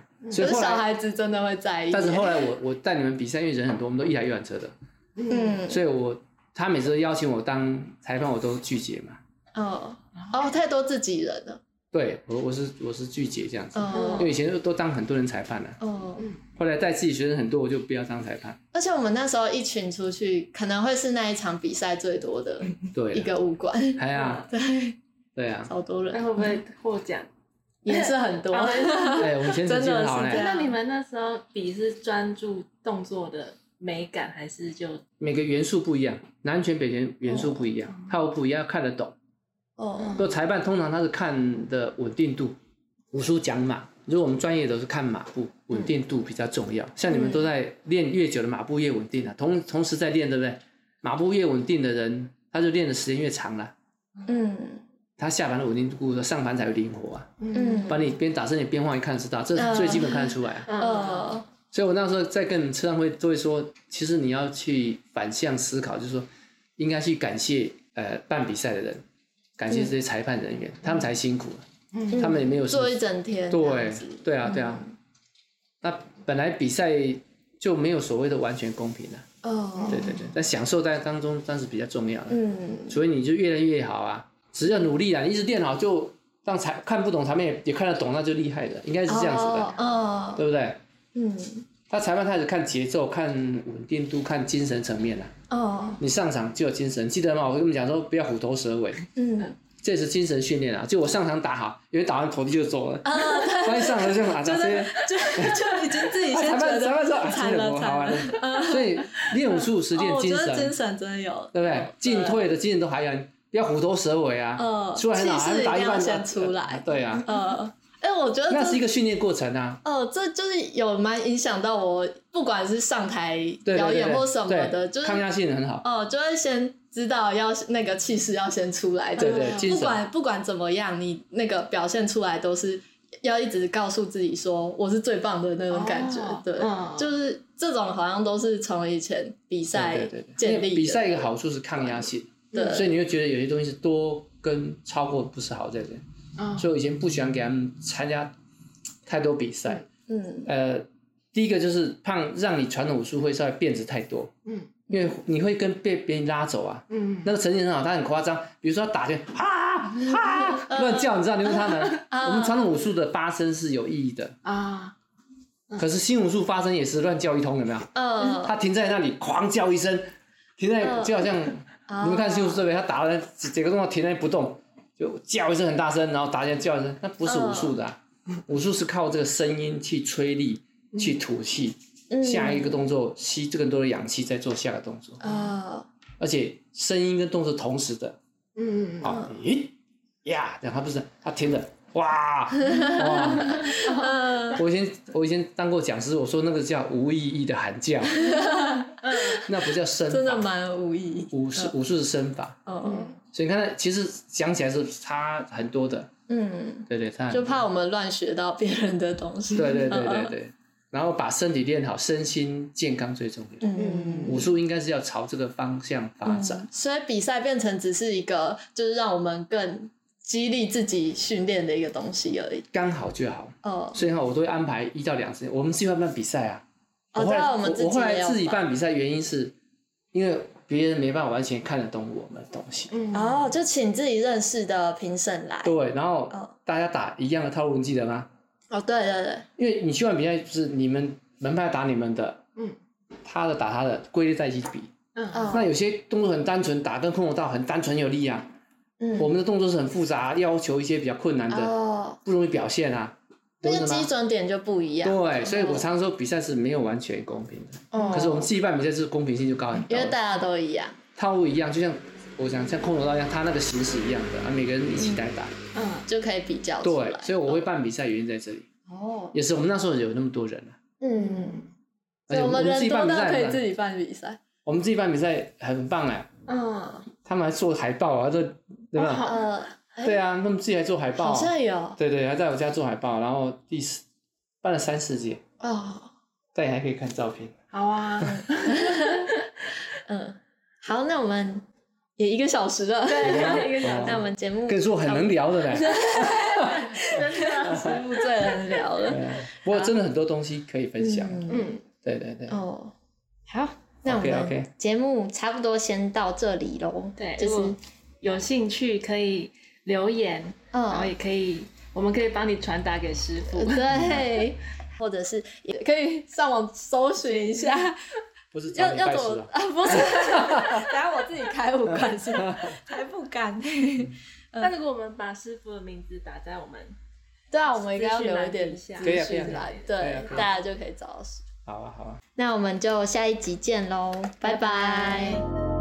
B: 嗯
C: 所
B: 可是
C: 以后
B: 小
C: 来，
B: 孩子真的会在意。
C: 但是后来我我带你们比赛，因为人很多，我们都一台游览车的，
B: 嗯，
C: 所以我他每次都邀请我当裁判，我都拒绝嘛。
B: 哦哦，太多自己人了。
C: 对我我是我是拒绝这样子，因
B: 哦
C: 为以前都当很多人裁判了、
B: 哦，
C: 后来带自己学生很多，我就不要当裁判。
B: 而且我们那时候一群出去，可能会是那一场比赛最多的
C: 对
B: 一
C: 啦，
B: 个武嗯馆，
C: 哎呀，
B: 对，
C: 对啊，
B: 好多
A: 啊那
B: 人，
A: 会不会获奖？
B: 也是很多。
C: 哎，我们前成绩很好
B: 真的是这样
C: 呢，
A: 那你们那时候比是专注动作的美感，还是就
C: 每个元素不一样，南拳北拳元素不一样，套路不一样，要看得懂。
B: 哦，
C: 就裁判通常他是看的稳定度，武术讲马，如果我们专业的是看马步，
B: 嗯
C: 稳定度比较重要。像你们都在练越久的马步越稳定了、啊同同时在练，对不对？马步越稳定的人，他就练的时间越长了，
B: 嗯
C: 他下盘的稳定度，上盘才会灵活啊。
B: 嗯
C: 把你边打身体边晃一看得知道，这
B: 嗯
C: 最基本看得出来啊。
B: 呃，
C: 所以我那时候在跟车上会都会说，其实你要去反向思考，就是说应该去感谢呃办比赛的人，感谢这些裁判人员，他们才辛苦，
A: 嗯
C: 他们也没有什么
B: 做一整天这样
C: 对
B: 子，嗯
C: 对啊对啊。那本来比赛就没有所谓的完全公平了、
B: 哦，
C: 对对对，但享受在当中当时比较重要了。
B: 嗯，
C: 所以你就越来越好啊，只要努力啊，你一直练好就让裁看不懂裁判也也看得懂，那就厉害了，应该是这样子的，
B: 哦，哦
C: 对不对？
B: 嗯，
C: 他裁判开始看节奏、看稳定度、看精神层面了、啊
B: 哦，
C: 你上场就有精神，记得吗？我跟你们讲说不要虎头蛇尾，
B: 嗯，
C: 这也是精神训练啊。就我上场打好，有人打完投地就 走了，
B: 啊
C: 万一上场就打这些，
B: 就 就已经自己
C: 啊裁
B: 先觉
C: 判裁
B: 得
C: 判说啊，
B: 惨
C: 真的
B: 了
C: 不
B: 惨
C: 好玩
B: 了。
C: 了。所以练武术是
B: 哦，
C: 练
B: 我觉
C: 精
B: 得精
C: 神，
B: 神真的有，
C: 对不对？进退的精神都还有，不要虎头蛇尾啊
B: 嗯，
C: 出来很好，
B: 气势
C: 还是打
B: 一定要
C: 半
B: 先出来
C: 对啊。
B: 呃，哎，我觉得
C: 那
B: 这
C: 是一个训练过程啊，
B: 哦，这就是有蛮影响到我，不管是上台
C: 对对
B: 表
C: 对
B: 演
C: 对
B: 或什么的，
C: 对
B: 就是
C: 抗压性很好，
B: 哦，就会先知道要那个气势要先出来，
C: 对对
B: 就
C: 精
B: 哎
C: 神
B: 不管不管怎么样，你那个表现出来都是要一直告诉自己说我是最棒的那种感觉，
A: 哦
B: 对，
A: 嗯
B: 就是这种好像都是从以前比
C: 对
B: 赛
C: 对对对。
B: 建立嗯
C: 因为
B: 的
C: 比赛一个好处是抗压性，
B: 对
C: 所以你会觉得有些东西是多跟超过不是好在这里。
A: 嗯
C: 所以我以前不喜欢给他们参加太多比赛。
B: 嗯
C: 呃，第一个就是胖，让你传统武术会稍微变质太多，
A: 嗯
C: 因为你会跟被别人拉走啊。
A: 嗯，
C: 那个成绩很好，他很夸张，比如说他打拳啊
B: 嗯
C: 啊乱叫，你知道你问他们， 我们传统武术的发声是有意义的，
A: 啊，
B: 嗯
C: 可是新武术发声也是乱叫一通，有没有？
B: 呃
C: 他停在那里狂叫一声，停在
B: 嗯
C: 就好像
B: 啊
C: 你们看新武术对不对？他打了几几个动作停在不动，就叫一声很大声，然后打起来叫一声，那不是武术的、啊，
B: 嗯
C: 武术是靠这个声音去吹力、去吐气，
B: 嗯
C: 下一个动作吸更多的氧气，再做下个动作，
B: 呃
C: 而且声音跟动作同时的，
A: 嗯嗯
C: 好，咦呀，然后他不是他停了。哇哇！
B: 呃
C: 我以前我以前当过讲师，我说那个叫无意义的喊叫，
A: 嗯
C: 那不叫 声
B: 真的
C: 法
B: 蛮无意义，
C: 武术武术是身法，
B: 哦
C: 所以你看，其实想起来是差很多的，
B: 嗯，
C: 对对，差很
B: 就
C: 多
B: 怕嗯我们乱学到别人的东西，
C: 对对对对对，然后把身体练好，身心健康最重要。
B: 嗯。
C: 武术应该是要朝这个方向发展，
B: 所以比赛变成只是一个，就是让我们更激励自己训练的一个东西而已。
C: 刚好就好。
B: 哦，
C: 所以哈，我都会安排一到两次。我们计划办比赛啊，
B: 哦
C: 我后
B: 对
C: 来
B: 啊我们自己
C: 我后来
B: 也有
C: 自己
B: 办
C: 办比赛，原因是因为别人没办法完全看得懂我们的东西。
A: 嗯，
B: 哦，就请自己认识的评审来。
C: 对，然后
B: 哦
C: 大家打一样的套路，你记得吗？
B: 哦，对对对，
C: 因为你去完比赛就是你们门派打你们的，
A: 嗯，
C: 他的打他的，规律在一起比。
A: 嗯
B: 哦，
C: 那有些动作很单纯，打跟空手道很单纯有力啊。
B: 嗯，
C: 我们的动作是很复杂，要求一些比较困难的，
B: 哦，
C: 不容易表现啊。
B: 那
C: 懂
B: 个
C: 什
B: 基
C: 么？
B: 准点就不一样。
C: 对，所以我常说比赛是没有完全公平的，
B: 哦
C: 可是我们自己办比赛就是公平性就高很多
B: 因。为大家都一样。
C: 套路一样，就像我讲像空手道一样，他那个形式一样的啊，每个人一起来打。
A: 嗯
B: 就可以比较出来
C: 对，，所以我会办比赛原因在这里，
B: 哦，
C: 也是我们那时候有那么多人啊，
B: 嗯，
C: 而且
B: 我们
C: 自
B: 人
C: 己
B: 多
C: 办比
B: 到可以自
C: 赛，
B: 己办比赛，
C: 我们自己办比赛很棒哎，
A: 嗯，
C: 他们还做海报啊，这对
A: 哦
C: 吧？
A: 好
B: 呃，
C: 对啊，他们自己还做海报啊、
B: 好像有
C: 对对，还在我家做海报，然后第四办了三四届，
B: 哦，
C: 但你还可以看照片。
A: 好啊，
B: 嗯，好，那我们也一个小时了， 那我们节目
C: 跟你说我很能聊的嘞，
B: 真的师
A: 啊
B: 傅最能聊了。
C: 对啊不过真 的很多东西可以分享。
B: 嗯，
A: 嗯，
C: 对对对，
B: 哦，
A: 好，
B: 那我
C: OK，OK
B: 们节目差不多先到这里喽。
A: 对，
B: 就
A: 如
B: 是
A: 果有兴趣可以留言，然后
B: 嗯，
A: 也可以，我们可以帮你传达给师傅。
B: 对， 或者是也可以上网搜寻一下，
C: 不是找
B: 要
C: 你
B: 要
C: 嗯拜
B: 怎
C: 师
B: 么
C: 啊，
B: 啊？不是， 等下我自己开五管是 吗？才不敢。嗯
A: 那如果我们把师傅的名字打在我们，
B: 对啊，我们应该要留一点资
C: 可以啊可以啊
B: 讯来，
C: 可以
B: 对
C: 啊可，以啊
B: 大家就可以找到师傅。
C: 好啊好啊。
B: 那我们就下一集见喽，拜拜